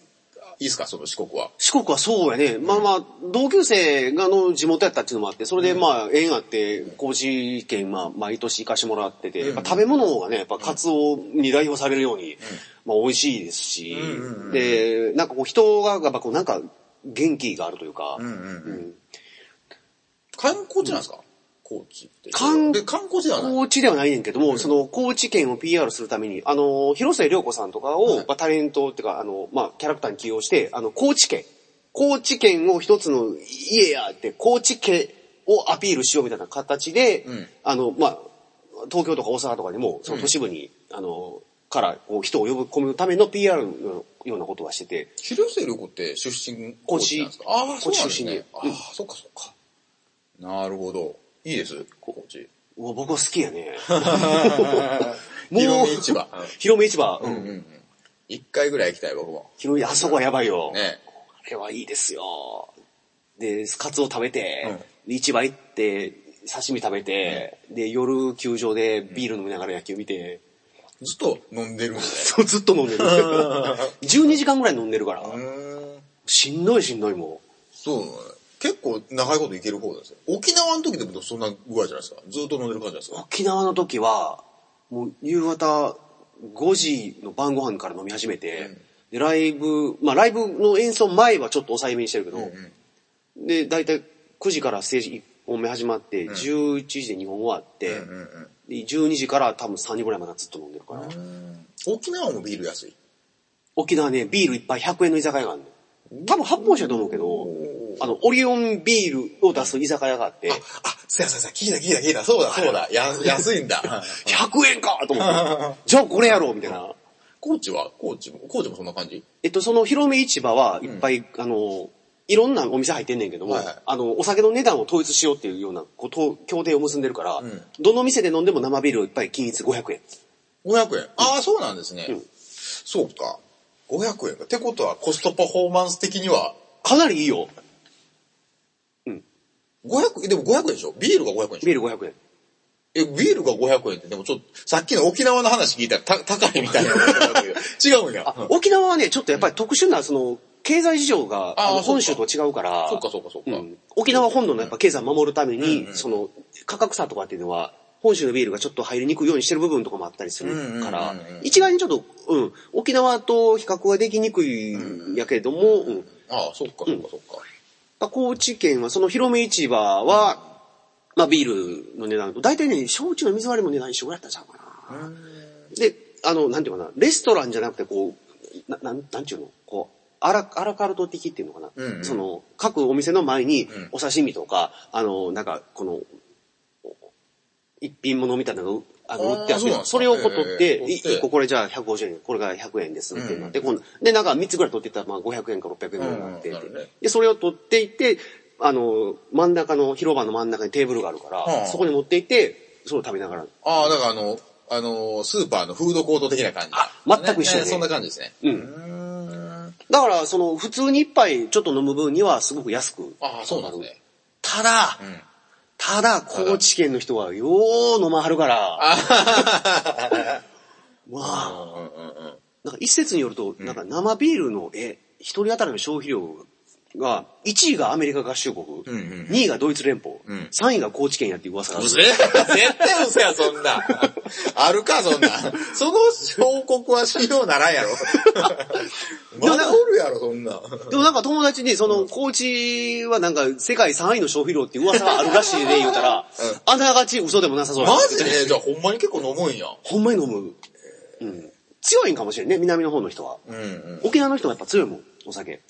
Speaker 2: いいっすか、その四国は。
Speaker 1: 四国はそうやね。まあまあ、同級生がの地元やったっていうのもあって、それでまあ、縁あって、高知県、まあ、毎年行かしてもらってて、
Speaker 2: うん
Speaker 1: やっぱ食べ物がね、やっぱカツオに代表されるように、まあ、美味しいですし
Speaker 2: うんうんうん、
Speaker 1: で、なんかこう、人が、やっぱこう、なんか、元気があるというか、
Speaker 2: うんうんう。
Speaker 1: うんん
Speaker 2: 観光地なんですか、高知って。
Speaker 1: 観
Speaker 2: で観光地ではない。
Speaker 1: 高知ではないねんけども、その、高知県を PR するために、あの、広末涼子さんとかを、
Speaker 2: はい
Speaker 1: まあ、タレントっていうか、あの、まあ、キャラクターに起用して、あの、高知県、高知県を一つの家やって、高知県をアピールしようみたいな形で、
Speaker 2: うん
Speaker 1: あの、まあ、東京とか大阪とかでも、その都市部に、あの、からこう人を呼び込むための PR のようなことはしてて、
Speaker 2: 広瀬涼子って出身
Speaker 1: 高知
Speaker 2: なんですかああ、そうなんで
Speaker 1: 高知
Speaker 2: す
Speaker 1: 出身
Speaker 2: ね
Speaker 1: で。
Speaker 2: ああ、そっかそっか。なるほど。いいです、高知。
Speaker 1: うわ僕は好きや
Speaker 2: (laughs)
Speaker 1: ね。もう
Speaker 2: 広め (laughs) 市場。
Speaker 1: 広め市場、う
Speaker 2: うんんうんうん。一回ぐらい行きたい僕も。
Speaker 1: 広め、あそこはやばいよ。
Speaker 2: ね。
Speaker 1: あれはいいですよ。で、カツオ食べて、市場行って、刺身食べて、で、夜球場でビール飲みながら野球見て、
Speaker 2: ずっと飲んでるんで。
Speaker 1: そうずっと飲んでる。12時間ぐらい飲んでるから、
Speaker 2: うーん。
Speaker 1: しんどいしんどいも
Speaker 2: そうなのよ。結構長いこと行ける方なんですよ。沖縄の時でもそんな具合じゃないですか。ずっと飲んでる感じじゃ
Speaker 1: ん。
Speaker 2: ない
Speaker 1: 沖縄の時は、もう夕方5時の晩ご飯から飲み始めて、で、ライブ、まあライブの演奏前はちょっと抑えめにしてるけど、
Speaker 2: ですか。
Speaker 1: で、だいたい9時からステージ1本目始まって、11時で2本終わって、
Speaker 2: うんうんうん
Speaker 1: で12時から多分3時ぐらいまでずっと飲んでるから、
Speaker 2: 沖縄もビール安い。
Speaker 1: 沖縄ね、ビールいっぱい100円の居酒屋があるの。多分発泡酒やと思うけど、あの、オリオンビールを出す居酒屋があって、
Speaker 2: あ、すやすやすや、聞いた聞いた聞いた。そうだそうだ。や安いんだ。
Speaker 1: 100円かと思
Speaker 2: (laughs)
Speaker 1: って、じゃあこれやろうみたいな。
Speaker 2: 高知は高知も、高知もそんな感じ
Speaker 1: えっと、その広め市場はいっぱい、あの、いろんなお店入ってんねんけども、
Speaker 2: はいはい
Speaker 1: あの、お酒の値段を統一しようっていうような、こうと、協定を結んでるから、
Speaker 2: ん
Speaker 1: どの店で飲んでも生ビールをいっぱい均一500円。
Speaker 2: 500円。ああ、そうなんですね。
Speaker 1: うん
Speaker 2: そうか。500円か。ってことはコストパフォーマンス的には
Speaker 1: かなりいいよ。
Speaker 2: 500、でも500円でしょビールが500円でしょ
Speaker 1: ビール500円。
Speaker 2: え、ビールが500円って、でもちょっと、さっきの沖縄の話聞いたらた高いみたいな思ったんだけど。
Speaker 1: (laughs)
Speaker 2: 違うんや。
Speaker 1: あ、沖縄はね、ちょっとやっぱり特殊な、その、経済事情が、
Speaker 2: あ
Speaker 1: あの
Speaker 2: ーそうか
Speaker 1: 本州と違うから、
Speaker 2: そっかそっかそっか。
Speaker 1: うん沖縄本土のやっぱ経済を守るために、その、価格差とかっていうのは、本州のビールがちょっと入りにくいようにしてる部分とかもあったりするから
Speaker 2: うんうんうんう、ん
Speaker 1: 一概にちょっと、うん、沖縄と比較はできにくいんやけれども、うん
Speaker 2: ああ、そっかそっかそっか。
Speaker 1: まあ高知県は、その広め市場は、まあビールの値段と、大体ね、焼酎の水割りも値段一緒ぐらいだったんちゃうかな。で、あの、なんていうかな、レストランじゃなくて、こう、ななん、なんちゅうの、こう、アラ、アラカルト的っていうのかな。
Speaker 2: うんうん
Speaker 1: その、各お店の前に
Speaker 2: ん、
Speaker 1: お刺身とか、あの、なんか、この、お一品物みたいなのが、あの、
Speaker 2: あー
Speaker 1: 売ってあっ
Speaker 2: そうなん
Speaker 1: て、
Speaker 2: ですか
Speaker 1: それをこう取って、
Speaker 2: ええ
Speaker 1: い
Speaker 2: 取って
Speaker 1: 一個これじゃあ150円、これが100円ですってなって、今度で、なんか3つぐらい取っていったら、まあ500円か600円ぐらいになって
Speaker 2: うんうんなるね
Speaker 1: で、それを取っていって、あの、真ん中の、広場の真ん中にテーブルがあるから、
Speaker 2: うん
Speaker 1: そこに持っていって、それを食べながら。
Speaker 2: ああ、だからあの、あのー、スーパーのフードコート的な感じだ。
Speaker 1: あ全く一緒やね
Speaker 2: そんな感じですね。
Speaker 1: うん
Speaker 2: ん。
Speaker 1: だから、その、普通に一杯ちょっと飲む分にはすごく安く。
Speaker 2: ああ、そうなんですね。
Speaker 1: ただ、
Speaker 2: ん
Speaker 1: ただ、高知県の人はよう飲まはる
Speaker 2: (laughs)
Speaker 1: から、まあ、
Speaker 2: うんうんうんうん。
Speaker 1: なんか一説によると、なんか生ビールの、え、一人当たりの消費量が、1位がアメリカ合衆国、
Speaker 2: んうん
Speaker 1: 2位がドイツ連邦、
Speaker 2: ん
Speaker 1: 3位が高知県やっていう噂がある
Speaker 2: う。ぜ絶対嘘や、そんな。あるか、そんな。その報告は信用ならんやろ。 (laughs) まだおるやろ、そんな。
Speaker 1: でもなんか友達に、その、高知はなんか世界3位の消費量っていう噂があるらしいね、言うたら、あながち嘘でもなさそうなん
Speaker 2: マ
Speaker 1: です
Speaker 2: ジでじゃあほんまに結構飲むんや。
Speaker 1: ほんまに飲む。うん。強いんかもしれんね、南の方の人は。
Speaker 2: うんうん。
Speaker 1: 沖縄の人はやっぱ強いもん、お酒。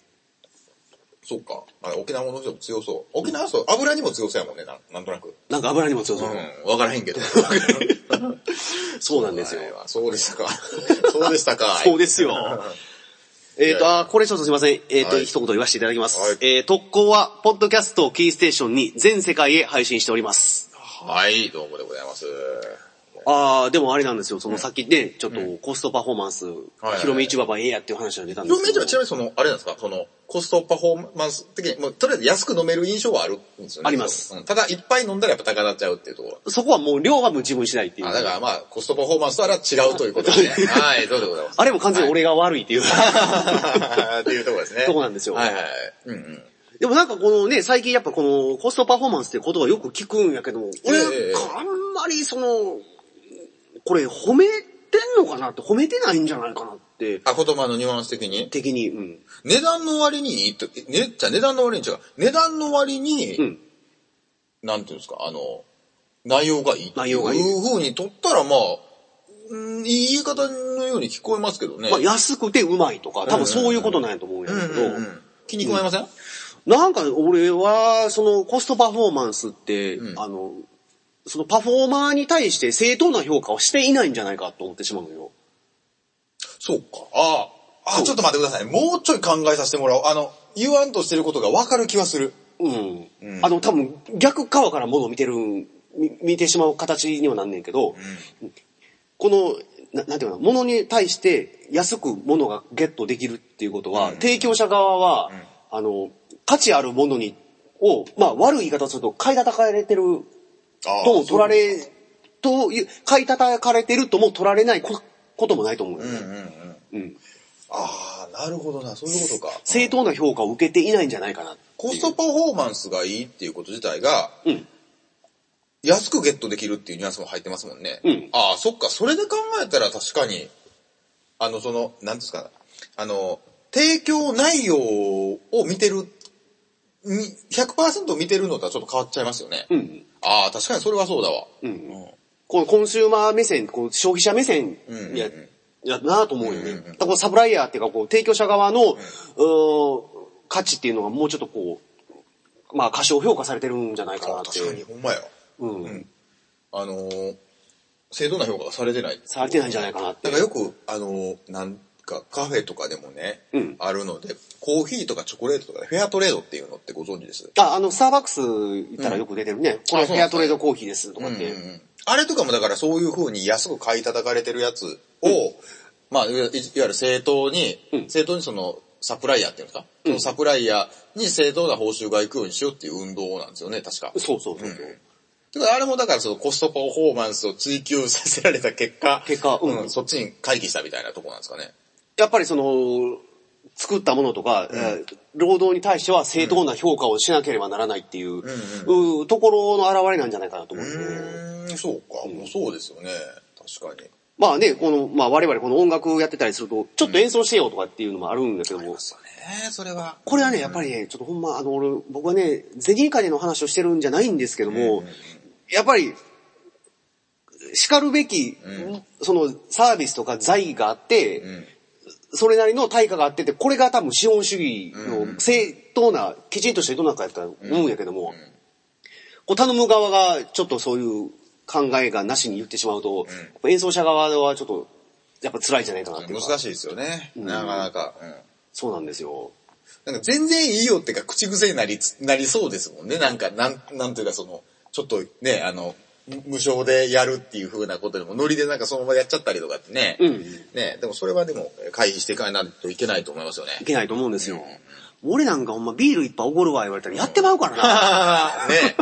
Speaker 2: そっか。あれ沖縄の人も強そう。沖縄の人、油にも強そうやもんね、なんなんとなく。
Speaker 1: なんか油にも強そう。
Speaker 2: うん、わからへんけど。
Speaker 1: そうなんですよ。
Speaker 2: そうでしたか。そうでしたか。
Speaker 1: そうですよ。えっ、と、あーこれちょっとすいません。えっ、と、
Speaker 2: はい
Speaker 1: 一言言わせていただきます。
Speaker 2: はい
Speaker 1: えー特攻は、ポッドキャストをキーステーションに全世界へ配信しております。
Speaker 2: はい、どうもでございます。
Speaker 1: ああ、でもあれなんですよ。そのさっきね、ちょっとコストパフォーマンス、
Speaker 2: はいはい
Speaker 1: 広め市場版ええやっていう話が出たんです
Speaker 2: 表
Speaker 1: け
Speaker 2: 面上
Speaker 1: ど。
Speaker 2: はちなみにその、あれなんですか、その、コストパフォーマンス的に、もうとりあえず安く飲める印象はあるんですよね。
Speaker 1: あります
Speaker 2: うん。ただ、いっぱい飲んだらやっぱ高なっちゃうっていうところ。
Speaker 1: そこはもう量はもう自分次第っていう。
Speaker 2: あ、だからまあ、コストパフォーマンスとは違うというこ
Speaker 1: (laughs)
Speaker 2: とですね。はい、どうでございます。
Speaker 1: あれも完全に俺が悪いっていう。
Speaker 2: (laughs) っていうところですね。
Speaker 1: そうなんですよ
Speaker 2: はいはいはい。うんうん。
Speaker 1: でもなんかこのね、最近やっぱこのコストパフォーマンスって言葉よく聞くんやけども、俺、
Speaker 2: ええ
Speaker 1: あんまりその、これ褒めてんのかなって褒めてないんじゃないかなって、
Speaker 2: あ、言葉のニュアンス的に
Speaker 1: 的に、うん。
Speaker 2: 値段の割にいいと、ね、じゃあ値段の割に違う。値段の割に、
Speaker 1: うん
Speaker 2: なんていうんですか、あの、内容がいいって
Speaker 1: 内
Speaker 2: い
Speaker 1: 容がいいう
Speaker 2: 風に取ったら、まあ、うんいい言い方のように聞こえますけどね。
Speaker 1: まあ安くてうまいとか、多分そういうことなんやと思うんや
Speaker 2: うん
Speaker 1: け
Speaker 2: うんうん
Speaker 1: ど、
Speaker 2: 気に食わえません、
Speaker 1: なんか俺は、そのコストパフォーマンスって、
Speaker 2: ん
Speaker 1: あの、そのパフォーマーに対して正当な評価をしていないんじゃないかと思ってしまうのよ。
Speaker 2: そうか。ああ。あ、ちょっと待ってください。もうちょい考えさせてもらおう。あの、言わんとしてることがわかる気はする。
Speaker 1: うん。あの、多分逆側からものを見てる、み見てしまう形にはなんねんけど、この、ななんていうのかな、ものに対して安くものがゲットできるっていうことは、提供者側は、あの、価値あるものに、を、まあ悪い言い方をすると買い叩かれてる
Speaker 2: あ
Speaker 1: とも取られ、という、買い叩かれてるとも取られないここともないと思うよね、
Speaker 2: うんうんうん。
Speaker 1: うん
Speaker 2: ああ、なるほどな。そういうことか。
Speaker 1: 正当な評価を受けていないんじゃないかな。
Speaker 2: コストパフォーマンスがいいっていうこと自体が、
Speaker 1: うん
Speaker 2: 安くゲットできるっていうニュアンスも入ってますもんね。
Speaker 1: うん
Speaker 2: ああ、そっか。それで考えたら確かに、あの、その、なんですか、あの、提供内容を見てる、に100%見てるのとはちょっと変わっちゃいますよね。
Speaker 1: うん。
Speaker 2: ああ、確かにそれはそうだわ。
Speaker 1: うんこのコンシューマー目線、こう消費者目線
Speaker 2: うん
Speaker 1: や、
Speaker 2: うんうん
Speaker 1: やなと思うよね。
Speaker 2: うんうんう
Speaker 1: だか
Speaker 2: ん
Speaker 1: らこのサプライヤーっていうか、こう、提供者側の、うーん価値っていうのがもうちょっとこう、まあ過小評価されてるんじゃないかな
Speaker 2: あ
Speaker 1: って。
Speaker 2: 確かに、ほんまや。
Speaker 1: うん。
Speaker 2: あのー正当な評価がされてない。
Speaker 1: されてないんじゃないかなって
Speaker 2: なん。かよく、あの、なんかカフェとかでもね、
Speaker 1: うん
Speaker 2: あるので、コーヒーとかチョコレートとかでフェアトレードっていうのってご存知です。
Speaker 1: あ、あの、スターバックス行ったらよく出てるね。これフェ
Speaker 2: あそうなんですね
Speaker 1: アトレードコーヒーですとかって。
Speaker 2: あれとかもだからそういう風に安く買い叩かれてるやつを、まあ、いわいわゆる正当に、正当にその、サプライヤーっていうんですか、そのサプライヤーに正当な報酬が行くようにしようっていう運動なんですよね、確か。
Speaker 1: そうそうそうそう。
Speaker 2: だからあれもだからそのコストパフォーマンスを追求させられた結果、
Speaker 1: 結果う
Speaker 2: うんん、そっちに回帰したみたいなとこなんですかね。
Speaker 1: やっぱりその、作ったものとか、えー労働に対しては正当な評価をしなければならないっていう、うーところの表れなんじゃないかなと思うんですよね。
Speaker 2: うーん、そうか、もうそうですよね、確かに。
Speaker 1: まあね、この、まあ我々この音楽やってたりすると、ちょっと演奏してよとかっていうのもあるんだけども、
Speaker 2: そうね、それは。
Speaker 1: これはね、やっぱりね、ちょっとほんま、あの、俺、僕はね、ゼニーカネの話をしてるんじゃないんですけども、やっぱり、叱るべき、そのサービスとか財があって、
Speaker 2: ん
Speaker 1: それなりの対価があってて、これが多分資本主義の正当な、きちんとした世の中やったら思うんやけども、こう頼む側がちょっとそういう考えがなしに言ってしまうと、やっぱ演奏者側はちょっと、やっぱ辛いんじゃないかなっていうか、
Speaker 2: 難しいですよね、なかなか。うん
Speaker 1: そうなんですよ。
Speaker 2: なんか全然いいよっていうか口癖になりつ、なりそうですもんね。なんか、なん、なんていうかその、ちょっとね、あの、無無償でやるっていう風なことでも、ノリでなんかそのままやっちゃったりとかってね。
Speaker 1: うん
Speaker 2: ね、でもそれはでも回避していかないといけないと思い (laughs) ますよね。
Speaker 1: いけないと思うんですよ。俺なんかほんまビール一杯おごるわ言われたらやってまうからな。
Speaker 2: (laughs) ね。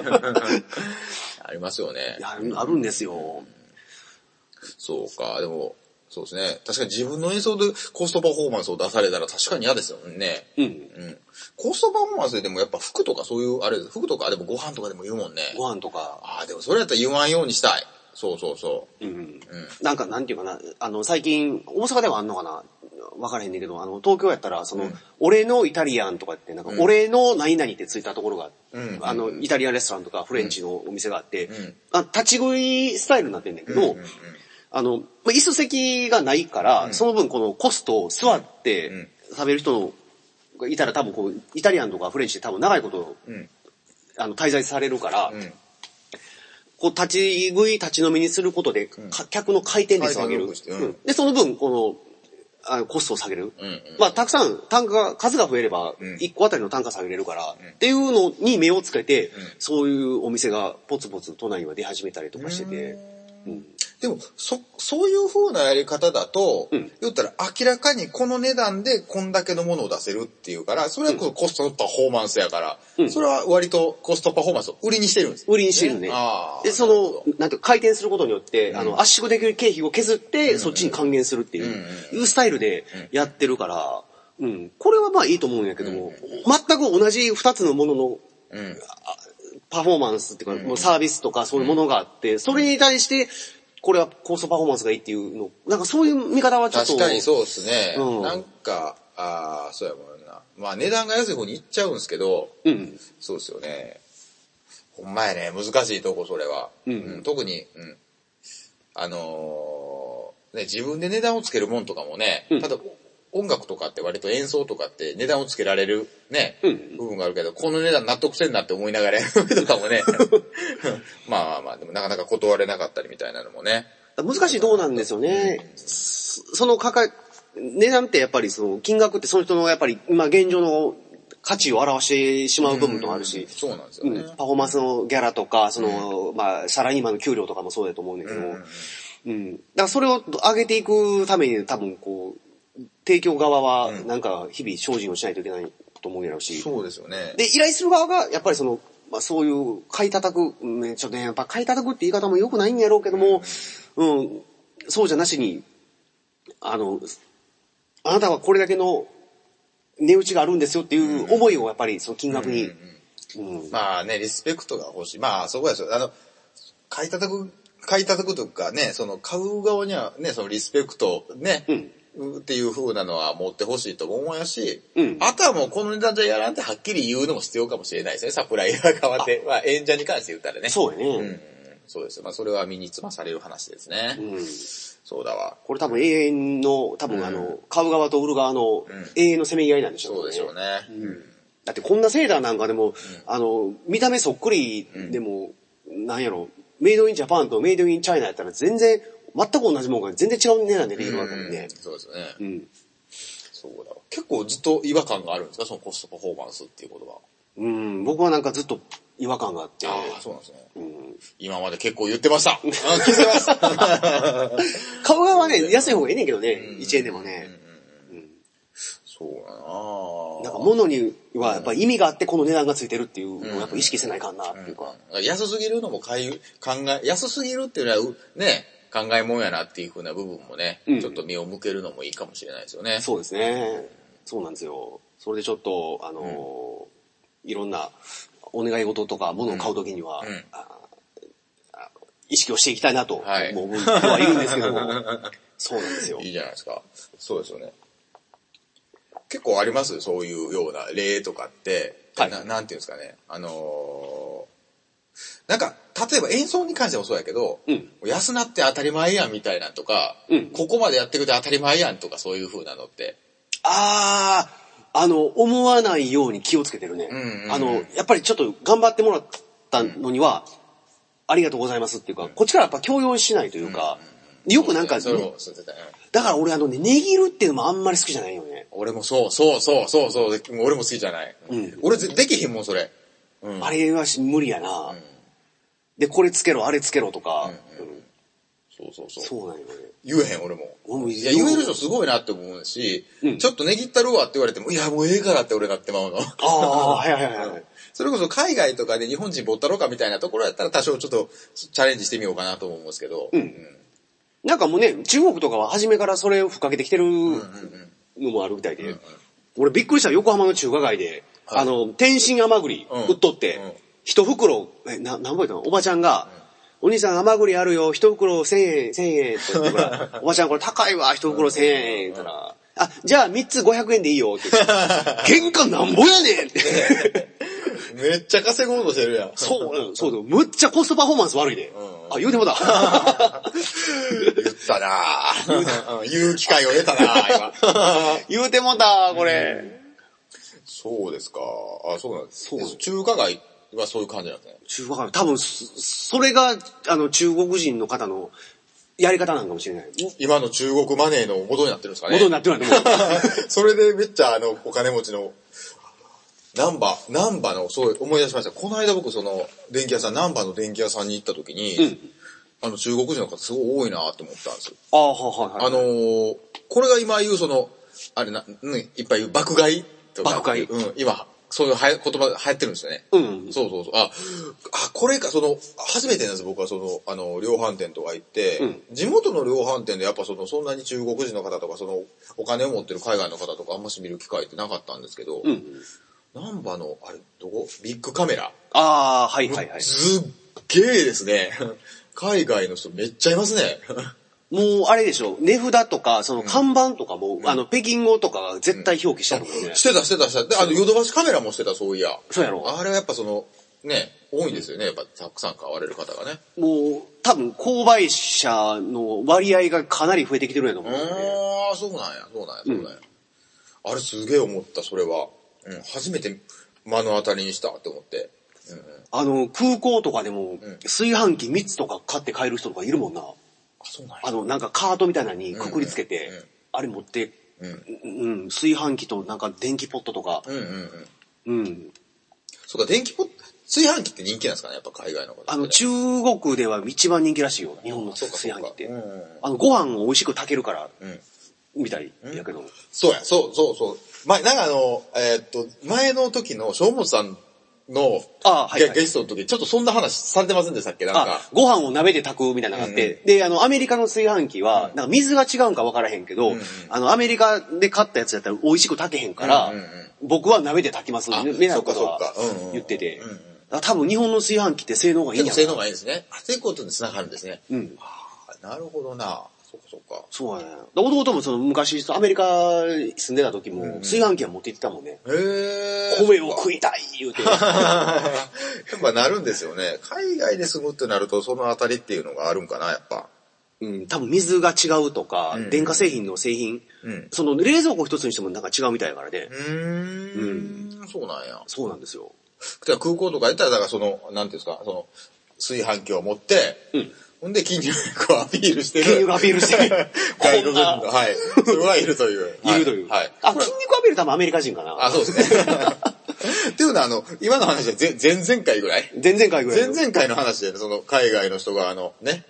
Speaker 2: ありますよね
Speaker 1: い。や、あるんですよ。
Speaker 2: そうか、でも、そうですね。確かに自分の演奏でコストパフォーマンスを出されたら確かに嫌ですよね。
Speaker 1: うん。
Speaker 2: うん。コストパフォーマンスででもやっぱ服とかそういう、あれ、服とかでもご飯とかでも言うもんね。
Speaker 1: ご飯とか。
Speaker 2: ああ、でもそれやったら言わんようにしたい。そうそうそ
Speaker 1: うん。
Speaker 2: う。うん。
Speaker 1: なんかなんていうかな、あの、最近、大阪ではあんのかなわからへんねんけど、あの、東京やったら、その、
Speaker 2: うん
Speaker 1: 俺のイタリアンとかって、なんか、
Speaker 2: ん
Speaker 1: 俺の何々ってついたところが、
Speaker 2: うん
Speaker 1: あの、イタリアンレストランとかフレンチのお店があって、
Speaker 2: ん
Speaker 1: あ立ち食いスタイルになってんねんけど、あの、まあ椅子席がないから、その分このコストを座って
Speaker 2: うん
Speaker 1: 食べる人がいたら多分こう、イタリアンとかフレンチで多分長いこと、
Speaker 2: うん。
Speaker 1: あの、滞在されるから、
Speaker 2: うん。
Speaker 1: こう、立ち食い、立ち飲みにすることで、か客の回転率を上げる。
Speaker 2: 回転を良くしてうん
Speaker 1: うんで、その分、この、あのコストを下げる。
Speaker 2: うんうん
Speaker 1: まあ、たくさん、単価が、数が増えれば
Speaker 2: うん、
Speaker 1: 1個あたりの単価下げれるから、っていうのに目をつけて、そういうお店がポツポツ都内には出始めたりとかしてて、
Speaker 2: でも、そ、そういう風なやり方だと、
Speaker 1: うん
Speaker 2: 言ったら明らかにこの値段でこんだけのものを出せるっていうから、それはこそコストパフォーマンスやから、
Speaker 1: うん
Speaker 2: それは割とコストパフォーマンスを売りにしてるんです。
Speaker 1: 売りにしてるね。
Speaker 2: ああ。
Speaker 1: で、その、なんていうか、回転することによって、
Speaker 2: ん
Speaker 1: あの、圧縮できる経費を削って、そっちに還元するっていう、いうスタイルでやってるから、うん、これはまあいいと思うんやけども、全く同じ二つのものの
Speaker 2: うん。
Speaker 1: パフォーマンスっていうか、もうサービスとかそういうものがあって、それに対して、これはコストパフォーマンスがいいっていうの、なんかそういう見方はちょっと。
Speaker 2: 確かにそうですね。
Speaker 1: うん
Speaker 2: なんか、ああ、そうやもんな。まあ値段が安い方に行っちゃうんですけど、
Speaker 1: う。うん。
Speaker 2: そうですよね。ほんまやね、難しいとこ、それは。
Speaker 1: うん
Speaker 2: 特に、うん。あのーね、自分で値段をつけるもんとかもね、
Speaker 1: うん
Speaker 2: ただ、音楽とかって割と演奏とかって値段をつけられるね、
Speaker 1: うん
Speaker 2: 部分があるけど、この値段納得せんなって思いながらやる (laughs) とかもね、
Speaker 1: (laughs)
Speaker 2: まあまあまあ、でもなかなか断れなかったりみたいなのもね。
Speaker 1: 難しいとこなんですよね。そそのかか、値段ってやっぱりその金額ってその人のやっぱり今現状の価値を表してしまう部分ともあるし、
Speaker 2: そうなんですよ
Speaker 1: うん
Speaker 2: ね。
Speaker 1: パフォーマンスのギャラとか、その、まあ、サラリーマンの給料とかもそうだと思うんだけど、うん。だからそれを上げていくために多分こう、提供側はなんか日々精進をしないといけないと思うやろうし、
Speaker 2: そうですよね。
Speaker 1: で、依頼する側が、やっぱりその、まあそういう、買い叩く、うんね、ちょっとね、やっぱ買い叩くって言い方も良くないんやろうけども、うん、そうじゃなしに、あの、あなたはこれだけの値打ちがあるんですよっていう思いをやっぱりその金額に、うん
Speaker 2: まあね、リスペクトが欲しい。まあ、そこですよ。あの、買い叩く、買い叩くとかね、その買う側にはね、そのリスペクトね、っていう風なのは持ってほしいと思いますし、
Speaker 1: うん
Speaker 2: あとはもうこの値段じゃやらんってはっきり言うのも必要かもしれないですね、サプライヤー側で。まあ、演者に関して言ったらね。
Speaker 1: そうやね、
Speaker 2: うん。そうです。まあ、それは身につまされる話ですね。
Speaker 1: うん
Speaker 2: そうだわ。
Speaker 1: これ多分永遠の、多分あの、買う側と売る側の永遠のせめぎ合いなんでしょ
Speaker 2: そうでしょうね。
Speaker 1: だってこんなセーターなんかでも、あの、見た目そっくりでも、なんやろ、メイドインジャパンとメイドインチャイナやったら全然、全く同じもんが全然違う値段でできるわけでね。
Speaker 2: そうですよね。
Speaker 1: うん。
Speaker 2: そうだわ。結構ずっと違和感があるんですかそのコストパフォーマンスっていうことは。
Speaker 1: うん、僕はなんかずっと違和感があって、
Speaker 2: ああ、そうなんですね。
Speaker 1: うん、
Speaker 2: 今まで結構言ってま
Speaker 1: (laughs)
Speaker 2: した。うん、気づいてます。
Speaker 1: 顔がはね、安い方がいいねんけどね、1円でもね。
Speaker 2: そうだな
Speaker 1: から物にはやっぱり意味があってこの値段がついてるっていうのをやっぱ意識せないかんなっていうか。
Speaker 2: 安すぎるのも買い、考え、安すぎるっていうのは、ね、考えもんやなっていうふうな部分もね、
Speaker 1: うん
Speaker 2: ちょっと身を向けるのもいいかもしれないですよね。
Speaker 1: そうですね。そうなんですよ。それでちょっと、あのーいろんなお願い事とか物を買うときには、
Speaker 2: うん
Speaker 1: ああ意識をしていきたいなと、
Speaker 2: はい
Speaker 1: もう思う人はいるんですけ
Speaker 2: (laughs)
Speaker 1: ども、そうなんですよ
Speaker 2: い。いじゃないですか。そうですよね。結構ありますそういうような例とかって、
Speaker 1: はい
Speaker 2: ななんていうんですかね。あのーなんか、例えば演奏に関してもそうやけど、
Speaker 1: うん
Speaker 2: 安なって当たり前やんみたいなんとか、
Speaker 1: うん
Speaker 2: ここまでやってくれて当たり前やんとかそういう風なのって。
Speaker 1: ああ、あの、思わないように気をつけてるね。
Speaker 2: うんうんうん
Speaker 1: あの、やっぱりちょっと頑張ってもらったのには、ありがとうございますっていうか、こっちからやっぱ強要しないというか、よくなんか、
Speaker 2: それも、そうですね
Speaker 1: だから俺あのね、値るっていうのもあんまり好きじゃないよね。
Speaker 2: 俺もそう、そう、そう、そう、そう、でもう俺も好きじゃない。
Speaker 1: うん
Speaker 2: 俺ぜできひんもん、それ。うん
Speaker 1: あれはし無理やな、で、これつけろ、あれつけろとか、うん
Speaker 2: そうそうそう。
Speaker 1: そうなん
Speaker 2: (laughs)
Speaker 1: よね。
Speaker 2: 言えへん、俺も。
Speaker 1: 俺も言え
Speaker 2: いや、言える人すごいなって思うし、
Speaker 1: うん
Speaker 2: ちょっとねぎったるわって言われても、いや、もうええからって俺なってまうの。
Speaker 1: ああ、はいはいはいはい。
Speaker 2: それこそ海外とかで日本人ぼったろかみたいなところやったら多少ちょっとチャレンジしてみようかなと思うんですけど。うん
Speaker 1: なんかもうね、中国とかは初めからそれを吹っかけてきてるのもあるみたいで、俺びっくりした横浜の中華街で、
Speaker 2: はい
Speaker 1: あの、天津甘栗
Speaker 2: うん
Speaker 1: 売っとって、
Speaker 2: うん
Speaker 1: 一袋、え、な、何ぼやったのおばちゃんが、お兄さん甘栗あるよ、一袋千円、千円って言って
Speaker 2: (laughs)
Speaker 1: から、おばちゃんこれ高いわ、一袋千円、言ったら、あ、じゃあ三つ五百円でいいよって言
Speaker 2: (laughs)
Speaker 1: って、原価なんぼやねんって。
Speaker 2: めっちゃ稼ごうとしてるやん。
Speaker 1: そう、うんそうだ、むっちゃコストパフォーマンス悪いで。
Speaker 2: うん
Speaker 1: あ、言うて
Speaker 2: (laughs)
Speaker 1: もだ。
Speaker 2: 言ったなぁ。うん言う機会を得たなぁ、今。
Speaker 1: 言うてもだ、これ。
Speaker 2: そうですか。あ、そうなんです。
Speaker 1: そうなんです
Speaker 2: 中華街はそういう感じなんですね。
Speaker 1: 中国は多分、そそれが、あの、中国人の方のやり方なんかもしれない。
Speaker 2: 今の中国マネーの元になってるんですかね。
Speaker 1: 元になってるなんて思う
Speaker 2: (laughs) それでめっちゃあの、お金持ちの、ナンバ、ナンバの、そう、思い出しました。この間僕その、電気屋さん、ナンバの電気屋さんに行った時に、
Speaker 1: うん
Speaker 2: あの、中国人の方すごい多いなって思ったんですよ。
Speaker 1: ああ、はいはい
Speaker 2: あ
Speaker 1: はい。
Speaker 2: のーこれが今言うその、あれな、ね、いっぱい言う爆買いとか。
Speaker 1: 爆買い
Speaker 2: うん、今、そういうはや言葉が流行ってるんですよね。
Speaker 1: うん
Speaker 2: そうそうそう。あ、あこれか、その、初めてなんです僕はその、あの、量販店とか行って、
Speaker 1: うん
Speaker 2: 地元の量販店でやっぱその、そんなに中国人の方とか、その、お金を持ってる海外の方とかあんまし見る機会ってなかったんですけど、
Speaker 1: うん。
Speaker 2: ナンバの、あれ、どこビッグカメラ。
Speaker 1: ああ、はいはいはい。
Speaker 2: すっげーですね。海外の人めっちゃいますね。
Speaker 1: もう、あれでしょ、値札とか、その看板とかも、あの、北京語とかが絶対表記してあるもんね。
Speaker 2: してたしてたしてた。で、あの、ヨドバシカメラもしてた、そういや。
Speaker 1: そうやろ
Speaker 2: あれはやっぱその、ね、多いんですよね。やっぱたくさん買われる方がね。
Speaker 1: もう、多分、購買者の割合がかなり増えてきてるんやと思うんだよね。
Speaker 2: ああ、そうなんや、そうなんや、そうなんや。あれすげえ思った、それは。うん、初めて目の当たりにしたって思って。うんうん、あ、
Speaker 1: あの、空港とかでも、炊飯器3つとか買って帰る人とかいるもんな。
Speaker 2: そうなんや。
Speaker 1: あの、なんかカートみたいなのにくくりつけて、
Speaker 2: うんうんうん
Speaker 1: あれ持って、
Speaker 2: うん
Speaker 1: うん、炊飯器となんか電気ポットとか、
Speaker 2: うんうんうん。
Speaker 1: うん。
Speaker 2: そうか、電気ポッ、炊飯器って人気なんですかね、やっぱ海外の方ってね、
Speaker 1: あの、中国では一番人気らしいよ、日本の
Speaker 2: そうか
Speaker 1: 炊
Speaker 2: そう
Speaker 1: 飯
Speaker 2: か
Speaker 1: 器って
Speaker 2: うんうんうん。
Speaker 1: あの、ご飯を美味しく炊けるから、
Speaker 2: うん。
Speaker 1: みたいやけど。
Speaker 2: そうや、そうそうそう。前、なんかあの、えーっと、前の時の、正本さんの、
Speaker 1: あはいはい
Speaker 2: ゲゲストの時、ちょっとそんな話されてませんでしたっけなん
Speaker 1: あ
Speaker 2: か。、
Speaker 1: ご飯を鍋で炊くみたいなのがあって、
Speaker 2: うん
Speaker 1: で、あの、アメリカの炊飯器は、なんか水が違うんか分からへんけど、
Speaker 2: んうん
Speaker 1: あの、アメリカで買ったやつだったら美味しく炊けへんから、
Speaker 2: うんうんうん
Speaker 1: 僕は鍋で炊きます、
Speaker 2: あ
Speaker 1: ね、みたいなことは
Speaker 2: そっかそっかうんうん
Speaker 1: 言ってて
Speaker 2: うんうん、
Speaker 1: あ多分日本の炊飯器って性能がいいん
Speaker 2: 結構
Speaker 1: や
Speaker 2: 性能がいいですね。あ、そういうことに繋がるんですね。
Speaker 1: うん。
Speaker 2: あーなるほどな。そっかそっか。
Speaker 1: そうやね。弟もその昔、アメリカ住んでた時も、炊飯器は持って行ってたもんね。
Speaker 2: へ
Speaker 1: 米を食いたい言うて。
Speaker 2: (laughs) やっぱなるんですよね。海外で住むってなると、そのあたりっていうのがあるんかな、やっぱ。
Speaker 1: うん、多分水が違うとか、
Speaker 2: うん
Speaker 1: 電化製品の製品、
Speaker 2: うん
Speaker 1: その冷蔵庫一つにしてもなんか違うみたいだからね。
Speaker 2: うーん。そうなんや。
Speaker 1: そうなんですよ。
Speaker 2: てか空港とか行ったら、だからその、なんていうんですか、その、炊飯器を持って、ほんで、筋肉をアピールしてる。
Speaker 1: 筋肉アピールしてる
Speaker 2: (laughs) 外国人の、
Speaker 1: こんな
Speaker 2: (laughs) はい。それはいるという。
Speaker 1: いるという。
Speaker 2: はい。
Speaker 1: あ、筋肉アピール多分アメリカ人か
Speaker 2: あ、
Speaker 1: な。
Speaker 2: そうですね。 (laughs) っていうのは、あの、今の話は前前々回ぐらい
Speaker 1: 前々回ぐらい
Speaker 2: 前
Speaker 1: の。
Speaker 2: 々回の話で、その海外の人があのね、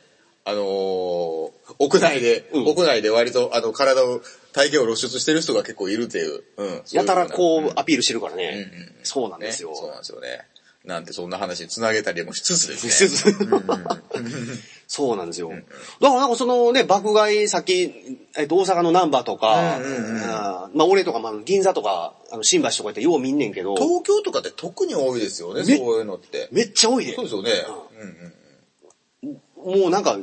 Speaker 2: あのー屋内で、
Speaker 1: うん
Speaker 2: 屋内で割と、あの、体を、体型を露出してる人が結構いるっていう。うん。
Speaker 1: やたらこ
Speaker 2: そういう
Speaker 1: うアピールしてるからね。
Speaker 2: んうん
Speaker 1: そうなん
Speaker 2: ね
Speaker 1: ですよ。
Speaker 2: そうなんですよね。なんてそんな話につなげたりもしつつですね。
Speaker 1: しつつ
Speaker 2: うんうんうん
Speaker 1: (laughs) そうなんですよ。だからなんかそのね、爆買い先、えっと、大阪の難波とか、
Speaker 2: うんうんうん
Speaker 1: あーまあ俺とか、まあ、銀座とか、あの新橋とかやってよう見んねんけど、
Speaker 2: 東京とかって特に多いですよね、
Speaker 1: ね
Speaker 2: そういうのって。
Speaker 1: めっちゃ多いで
Speaker 2: そう。ですよね。うんうん
Speaker 1: もうなんか、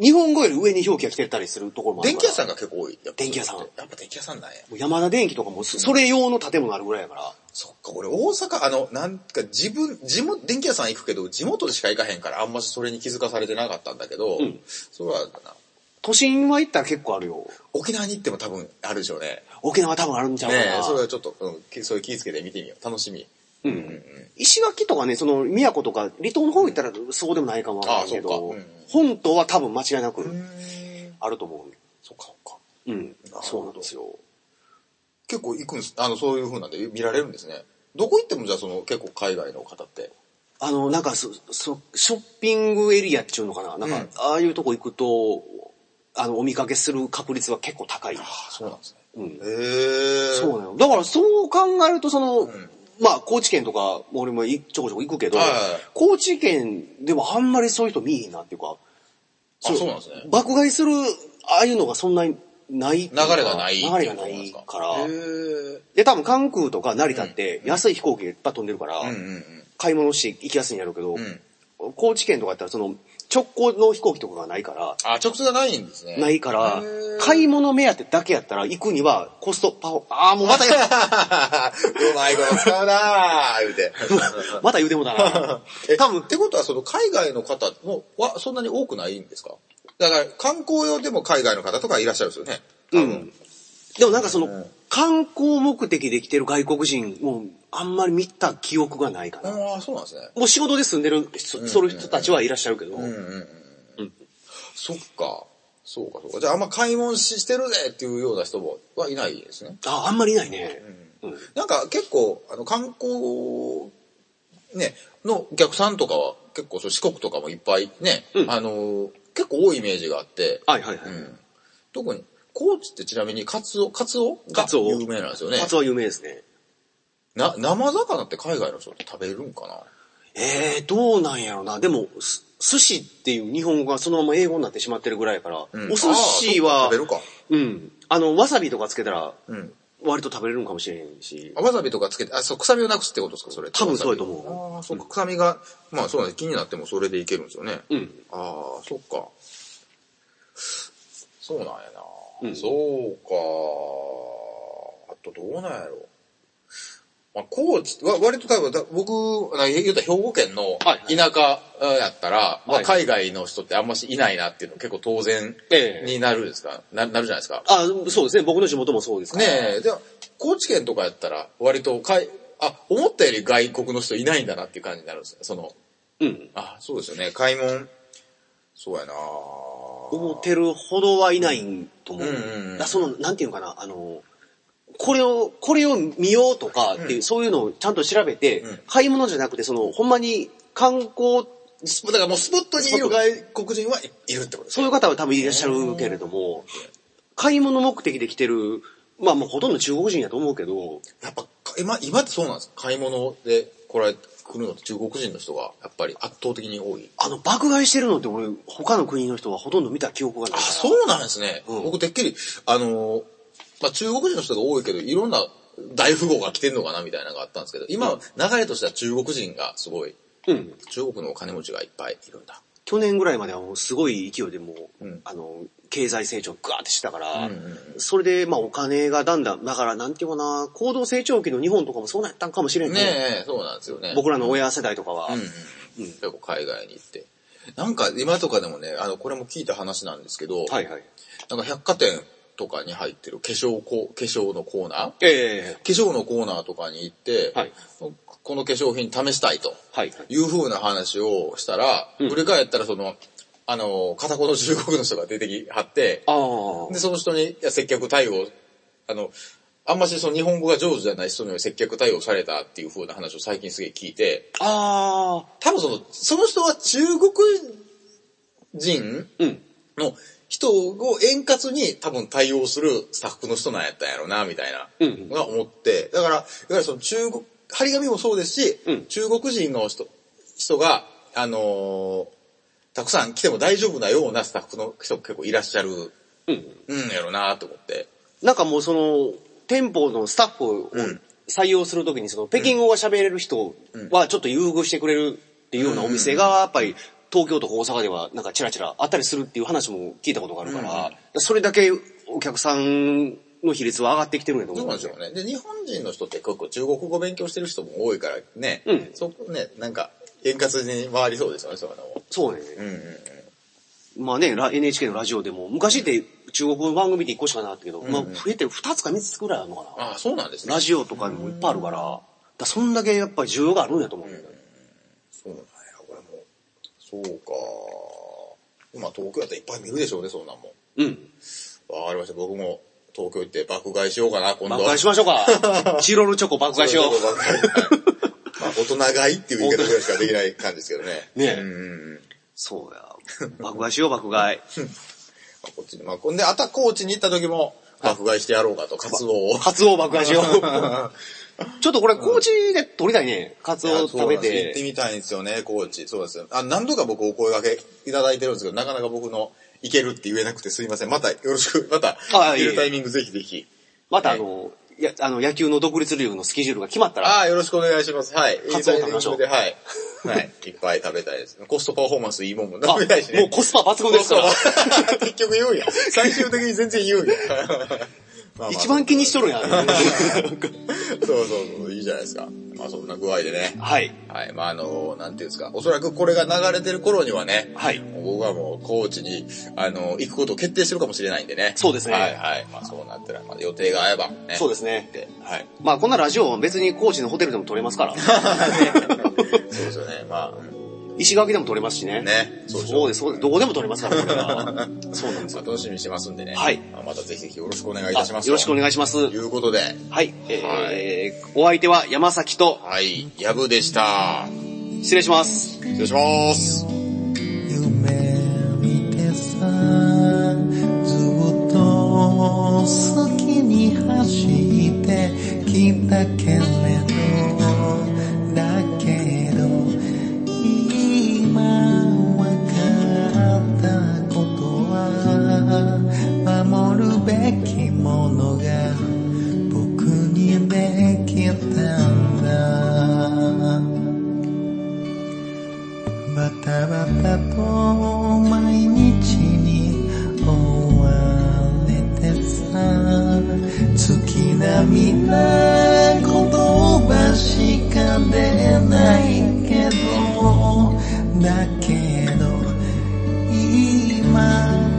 Speaker 1: 日本語より上に表記が来てたりするところもある
Speaker 2: 電
Speaker 1: から。
Speaker 2: 気屋さんが結構多い。やっぱ
Speaker 1: 電気屋さん
Speaker 2: やっぱ電気屋さんなんや。
Speaker 1: もう山田電機とかもそそれ用の建物あるぐらいやから。
Speaker 2: そっか、俺大阪、あの、なんか自分、地元、電気屋さん行くけど、地元でしか行かへんから、あんまそれに気づかされてなかったんだけど、
Speaker 1: うん
Speaker 2: そうだな。
Speaker 1: 都心は行ったら結構あるよ。
Speaker 2: 沖縄に行っても多分あるでしょうね。
Speaker 1: 沖縄多分あるんちゃうか
Speaker 2: ね
Speaker 1: な。
Speaker 2: え、それはちょっと、うん、きそういう気ぃつけて見てみよう。楽しみ。
Speaker 1: うん石垣とかね、その宮古とか離島の方行ったらそうでもないかもわかんないけ
Speaker 2: あそう
Speaker 1: ど
Speaker 2: かうん、
Speaker 1: 本島は多分間違いなく
Speaker 2: うん。
Speaker 1: あると思う。
Speaker 2: そっか、そっか。
Speaker 1: うん
Speaker 2: ほど、
Speaker 1: そうなんですよ。
Speaker 2: 結構行くんです、あの、そういう風なんで見られるんですね。どこ行ってもじゃあその結構海外の方って。
Speaker 1: あの、なんかそ、そ、ショッピングエリアっていうのかななんか、
Speaker 2: うん
Speaker 1: ああいうとこ行くと、あの、お見かけする確率は結構高い。
Speaker 2: ああ、そうなんです
Speaker 1: う
Speaker 2: ね。
Speaker 1: ん。
Speaker 2: へえ。
Speaker 1: そうなの。だから、そう考えると、その、
Speaker 2: ん
Speaker 1: まあ、高知県とか、俺もいちょこちょこ行くけど
Speaker 2: はいはい、
Speaker 1: 高知県でもあんまりそういう人見えへんなっていうか、
Speaker 2: あそうなんですね。
Speaker 1: 爆買いする、ああいうのがそんなにないっていうか。
Speaker 2: 流れがない。
Speaker 1: 流れがないから。
Speaker 2: へえ。
Speaker 1: で、多分、関空とか成田って、安い飛行機がいっぱい飛んでるから、
Speaker 2: うんうんうん。
Speaker 1: 買い物して行きやすいんやろうけど、
Speaker 2: ん
Speaker 1: 高知県とかやったらその直行の飛行機とかがないから、
Speaker 2: あ、直通がないんですね。
Speaker 1: ないから
Speaker 2: へー、
Speaker 1: 買い物目当てだけやったら行くにはコストパフォー、ああ、もうまた言う、
Speaker 2: (laughs) うまいこと使うなぁ、言うて。
Speaker 1: また言うてもだな。
Speaker 2: え
Speaker 1: (laughs) 多分
Speaker 2: ってことは、その海外の方も、は、そんなに多くないんですかだから、観光用でも海外の方とかいらっしゃるんですよね。多
Speaker 1: う
Speaker 2: 分
Speaker 1: ん。でもなんかそ
Speaker 2: うん
Speaker 1: の、観光目的で来てる外国人もあんまり見た記憶がないかな。
Speaker 2: ああ、そうなんですね。
Speaker 1: もう仕事で住んでる人、その人たちはいらっしゃるけど、
Speaker 2: うんうんうん。そっか。そうか、そうか。じゃあ、あんま買い物ししてるぜっていうような人も、はいないですね。
Speaker 1: ああんまりいないね。うん
Speaker 2: なんか、結構、あの、観光、ね、のお客さんとかは、結構、そう四国とかもいっぱいね、
Speaker 1: うん
Speaker 2: あのー、結構多いイメージがあって、
Speaker 1: はいはいは
Speaker 2: う
Speaker 1: い。
Speaker 2: ん特に、高知ってちなみにカツオ、カツオ
Speaker 1: カ
Speaker 2: が
Speaker 1: ツオ
Speaker 2: 有名なんですよね。
Speaker 1: カツオは有名ですね。
Speaker 2: な、生魚って海外の人って食べるんかな
Speaker 1: ええどうなんやろな。でも、す寿司っていう日本語がそのまま英語になってしまってるぐらいやから、
Speaker 2: うん
Speaker 1: お寿司は
Speaker 2: あーそっか食べるか。
Speaker 1: うん。あの、わさびとかつけたら、
Speaker 2: うん。
Speaker 1: 割と食べれるんかもしれへんし
Speaker 2: あ。わさびとかつけて、あ、そう、臭みをなくすってことですかそれって。
Speaker 1: 多分そうやと思
Speaker 2: ああー、そっか。臭みが、まあそうなんです。気になってもそれでいけるんですよね。
Speaker 1: うん。
Speaker 2: ああ、そっか。そうなんやな。
Speaker 1: うん
Speaker 2: そうか。あとどうなんやろまあ、高知って、わ割と多分、だ僕、な言うたら兵庫県の
Speaker 1: はい
Speaker 2: 田舎あやったら、ま
Speaker 1: は
Speaker 2: あ、
Speaker 1: い
Speaker 2: 海外の人ってあんましいないなっていうの結構当然
Speaker 1: ええ
Speaker 2: になるんですか、ななるじゃないですか。
Speaker 1: あ、そうですね。僕の地元もそうですから。
Speaker 2: ねえ、でも、高知県とかやったら、割とかい、あ、思ったより外国の人いないんだなっていう感じになるんですよ。その、
Speaker 1: うん。
Speaker 2: あ、そうですよね。買い物、そうやな
Speaker 1: 思ってるほどはいないと思う。
Speaker 2: うんうんうん
Speaker 1: だその、なんていうのかな、あの、これを、これを見ようとかっていう、そういうのをちゃんと調べて、
Speaker 2: うん
Speaker 1: 買い物じゃなくて、その、ほんまに観光、
Speaker 2: スポだからもうスポットにいる外国人はいいるってことです
Speaker 1: そう
Speaker 2: ね
Speaker 1: いう方は多分いらっしゃるけれども、買い物目的で来てる、まあもうほとんど中国人やと思うけど、
Speaker 2: やっぱ、今、今ってそうなんですか買い物で来られ、来るのって中国人の人がやっぱり圧倒的に多い。
Speaker 1: あの、爆買いしてるのって俺、他の国の人はほとんど見た記憶がない。
Speaker 2: あ、そうなんですね。
Speaker 1: うん
Speaker 2: 僕てっきり、あのーまあ、中国人の人が多いけど、いろんな大富豪が来てんのかなみたいなのがあったんですけど、今、流れとしては中国人がすごい、
Speaker 1: うん。
Speaker 2: 中国のお金持ちがいっぱいいるんだ。
Speaker 1: 去年ぐらいまではもうすごい勢いでもう、
Speaker 2: うん
Speaker 1: あの、経済成長ガーってしてたから、
Speaker 2: うんうんうん
Speaker 1: それでまあお金がだんだん、だからなんていうかな、高度成長期の日本とかもそうなったんかもしれんけ
Speaker 2: ね
Speaker 1: ど、
Speaker 2: え、そうなんですよね。
Speaker 1: 僕らの親世代とかは、
Speaker 2: うんうん。結構海外に行って。なんか今とかでもね、あの、これも聞いた話なんですけど、
Speaker 1: はいはい。
Speaker 2: なんか百貨店とかに入ってる化粧こ化粧のコーナー化
Speaker 1: ええ
Speaker 2: 粧のコーナーとかに行って、
Speaker 1: はい
Speaker 2: この化粧品試したいと
Speaker 1: はいはい。
Speaker 2: いう風な話をしたら、
Speaker 1: うん
Speaker 2: 振り返ったらその、あの、片言の中国の人が出てきはって、
Speaker 1: ああ。
Speaker 2: で、その人にいや接客対応、あの、あんましその日本語が上手じゃない人に接客対応されたっていう風な話を最近すげえ聞いて、
Speaker 1: ああ。
Speaker 2: 多分その、その人は中国人
Speaker 1: うん。
Speaker 2: の人を円滑に多分対応するスタッフの人なんやったんやろうな、みたいな、
Speaker 1: うんうん
Speaker 2: が思って、だから、いわゆるその中国、張り紙もそうですし、
Speaker 1: うん
Speaker 2: 中国人の人、人が、あのーたくさん来ても大丈夫なようなスタッフの人結構いらっしゃる、
Speaker 1: うん。
Speaker 2: うん、やろうな、と思って。
Speaker 1: なんかもうその、店舗のスタッフを
Speaker 2: うん
Speaker 1: 採用するときに、その、北京語が喋れる人はちょっと優遇してくれるっていうようなお店が、やっぱり、東京とか大阪ではなんかチラチラあったりするっていう話も聞いたことがあるから、それだけお客さんの比率は上がってきてるんやと
Speaker 2: そ
Speaker 1: 思
Speaker 2: う
Speaker 1: う。
Speaker 2: なんですよね。で、日本人の人って結構中国語勉強してる人も多いからね、
Speaker 1: うん
Speaker 2: そこね、なんか、円滑に回りそうですよね、そういうのも。
Speaker 1: そうね。
Speaker 2: うんうんうん。
Speaker 1: まあね、ラ NHK のラジオでも、昔って中国語番組って1個しかなかったけど、まあ増えて2つか3つくらいあるのかな。
Speaker 2: ああ、そうなんですね。
Speaker 1: ラジオとかにもいっぱいあるから、だからそんだけやっぱり需要があるんやと思うんだよね。
Speaker 2: そうなんや、これも。そうか。まあ東京やったらいっぱい見るでしょうね、そんなんも
Speaker 1: うん。
Speaker 2: ん。わかりました、僕も東京行って爆買いしようかな、今度は。
Speaker 1: 爆買いしましょう (laughs) か。チロルチョコ爆買いしよ
Speaker 2: そう
Speaker 1: う。
Speaker 2: 爆買いはい (laughs) まあ大人買いっていう言い方ぐらいしかできない感じですけどね。
Speaker 1: (laughs) ねえ
Speaker 2: うんうんうん。
Speaker 1: そうや。爆買いしよう、爆買い。
Speaker 2: まあこっちに、まあ、ほんで、あた高知に行った時も、爆買いしてやろうかと、カツオ
Speaker 1: (laughs)
Speaker 2: を。
Speaker 1: カツオ爆買いしよう。 (laughs) ちょっとこれ、高知で取りたいね。カツ
Speaker 2: いや
Speaker 1: オ食べ
Speaker 2: そうなんです行って
Speaker 1: て。
Speaker 2: みたいんですよね、高知。そうですよ。あ、何度か僕お声掛けいただいてるんですけど、なかなか僕の行けるって言えなくてすいません。またよろしく、また、
Speaker 1: あ
Speaker 2: 行
Speaker 1: い
Speaker 2: け
Speaker 1: えい
Speaker 2: る
Speaker 1: え
Speaker 2: タイミングぜひぜひ。
Speaker 1: またあの、やあの、野球の独立リーグのスケジュールが決まったら、
Speaker 2: (laughs) ああ、よろしくお願いします。はい。
Speaker 1: カツオ食べましょう
Speaker 2: いいタイミングではい。はい。いっぱい食べたいです。コストパフォーマンスいいもんも
Speaker 1: あ
Speaker 2: 食
Speaker 1: も
Speaker 2: べたいしね。
Speaker 1: うコスパ抜群ですから。
Speaker 2: そう結局言うんや。最終的に全
Speaker 1: (laughs)
Speaker 2: 然言うんや。まあまあ
Speaker 1: 一番気にしとる (laughs) やん。
Speaker 2: そうそうそう、いいじゃないですか。まあそんな具合でね。
Speaker 1: はい。
Speaker 2: はい。まああの、なんていうんですか。おそらくこれが流れてる頃にはね、
Speaker 1: はい。
Speaker 2: 僕はもう高知に、あの、行くことを決定してるかもしれないんでね。
Speaker 1: そうですね
Speaker 2: はいはい。まあそうなったら、まあ予定が合えばね。
Speaker 1: そうですね。
Speaker 2: で
Speaker 1: (laughs)
Speaker 2: はい。
Speaker 1: まあ、こんなラジオは別に高知のホテルでも撮れますから。
Speaker 2: そうですよね。まあ、
Speaker 1: 石垣でも撮れますしね。
Speaker 2: ね。
Speaker 1: そう
Speaker 2: で
Speaker 1: ですす、そうです。どこでも撮れますから、これは (laughs) そうなんです
Speaker 2: まあ
Speaker 1: よ。
Speaker 2: 楽しみにしてますんでね。
Speaker 1: はい
Speaker 2: まあまたぜひぜひよろしくお願いい
Speaker 1: あ
Speaker 2: たします。
Speaker 1: よろしくお
Speaker 2: い
Speaker 1: 願いします。
Speaker 2: ということで、
Speaker 1: はい。えー、お相手は山崎と、
Speaker 2: はい、ヤブでした。
Speaker 1: 失礼します。
Speaker 2: 失礼します。
Speaker 3: 夢見てさずっと好きに走ってきたけれどだけど今わかったことは守るべきものが僕にできたんだバタバタと毎日に追われてさ月並みな言葉しか出ないけどだけど今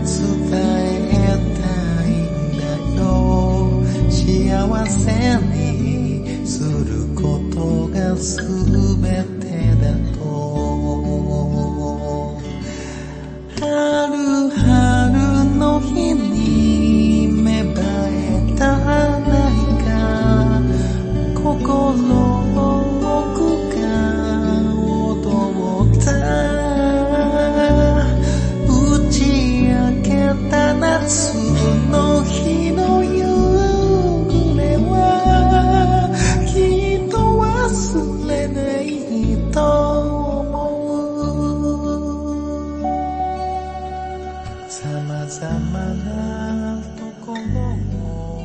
Speaker 3: 伝えたいんだよ幸せにすることが全てだと春春の日に芽生えた何か心の奥が踊った打ち明けた夏の日の夕暮れはきっと忘れないと思う様々なところを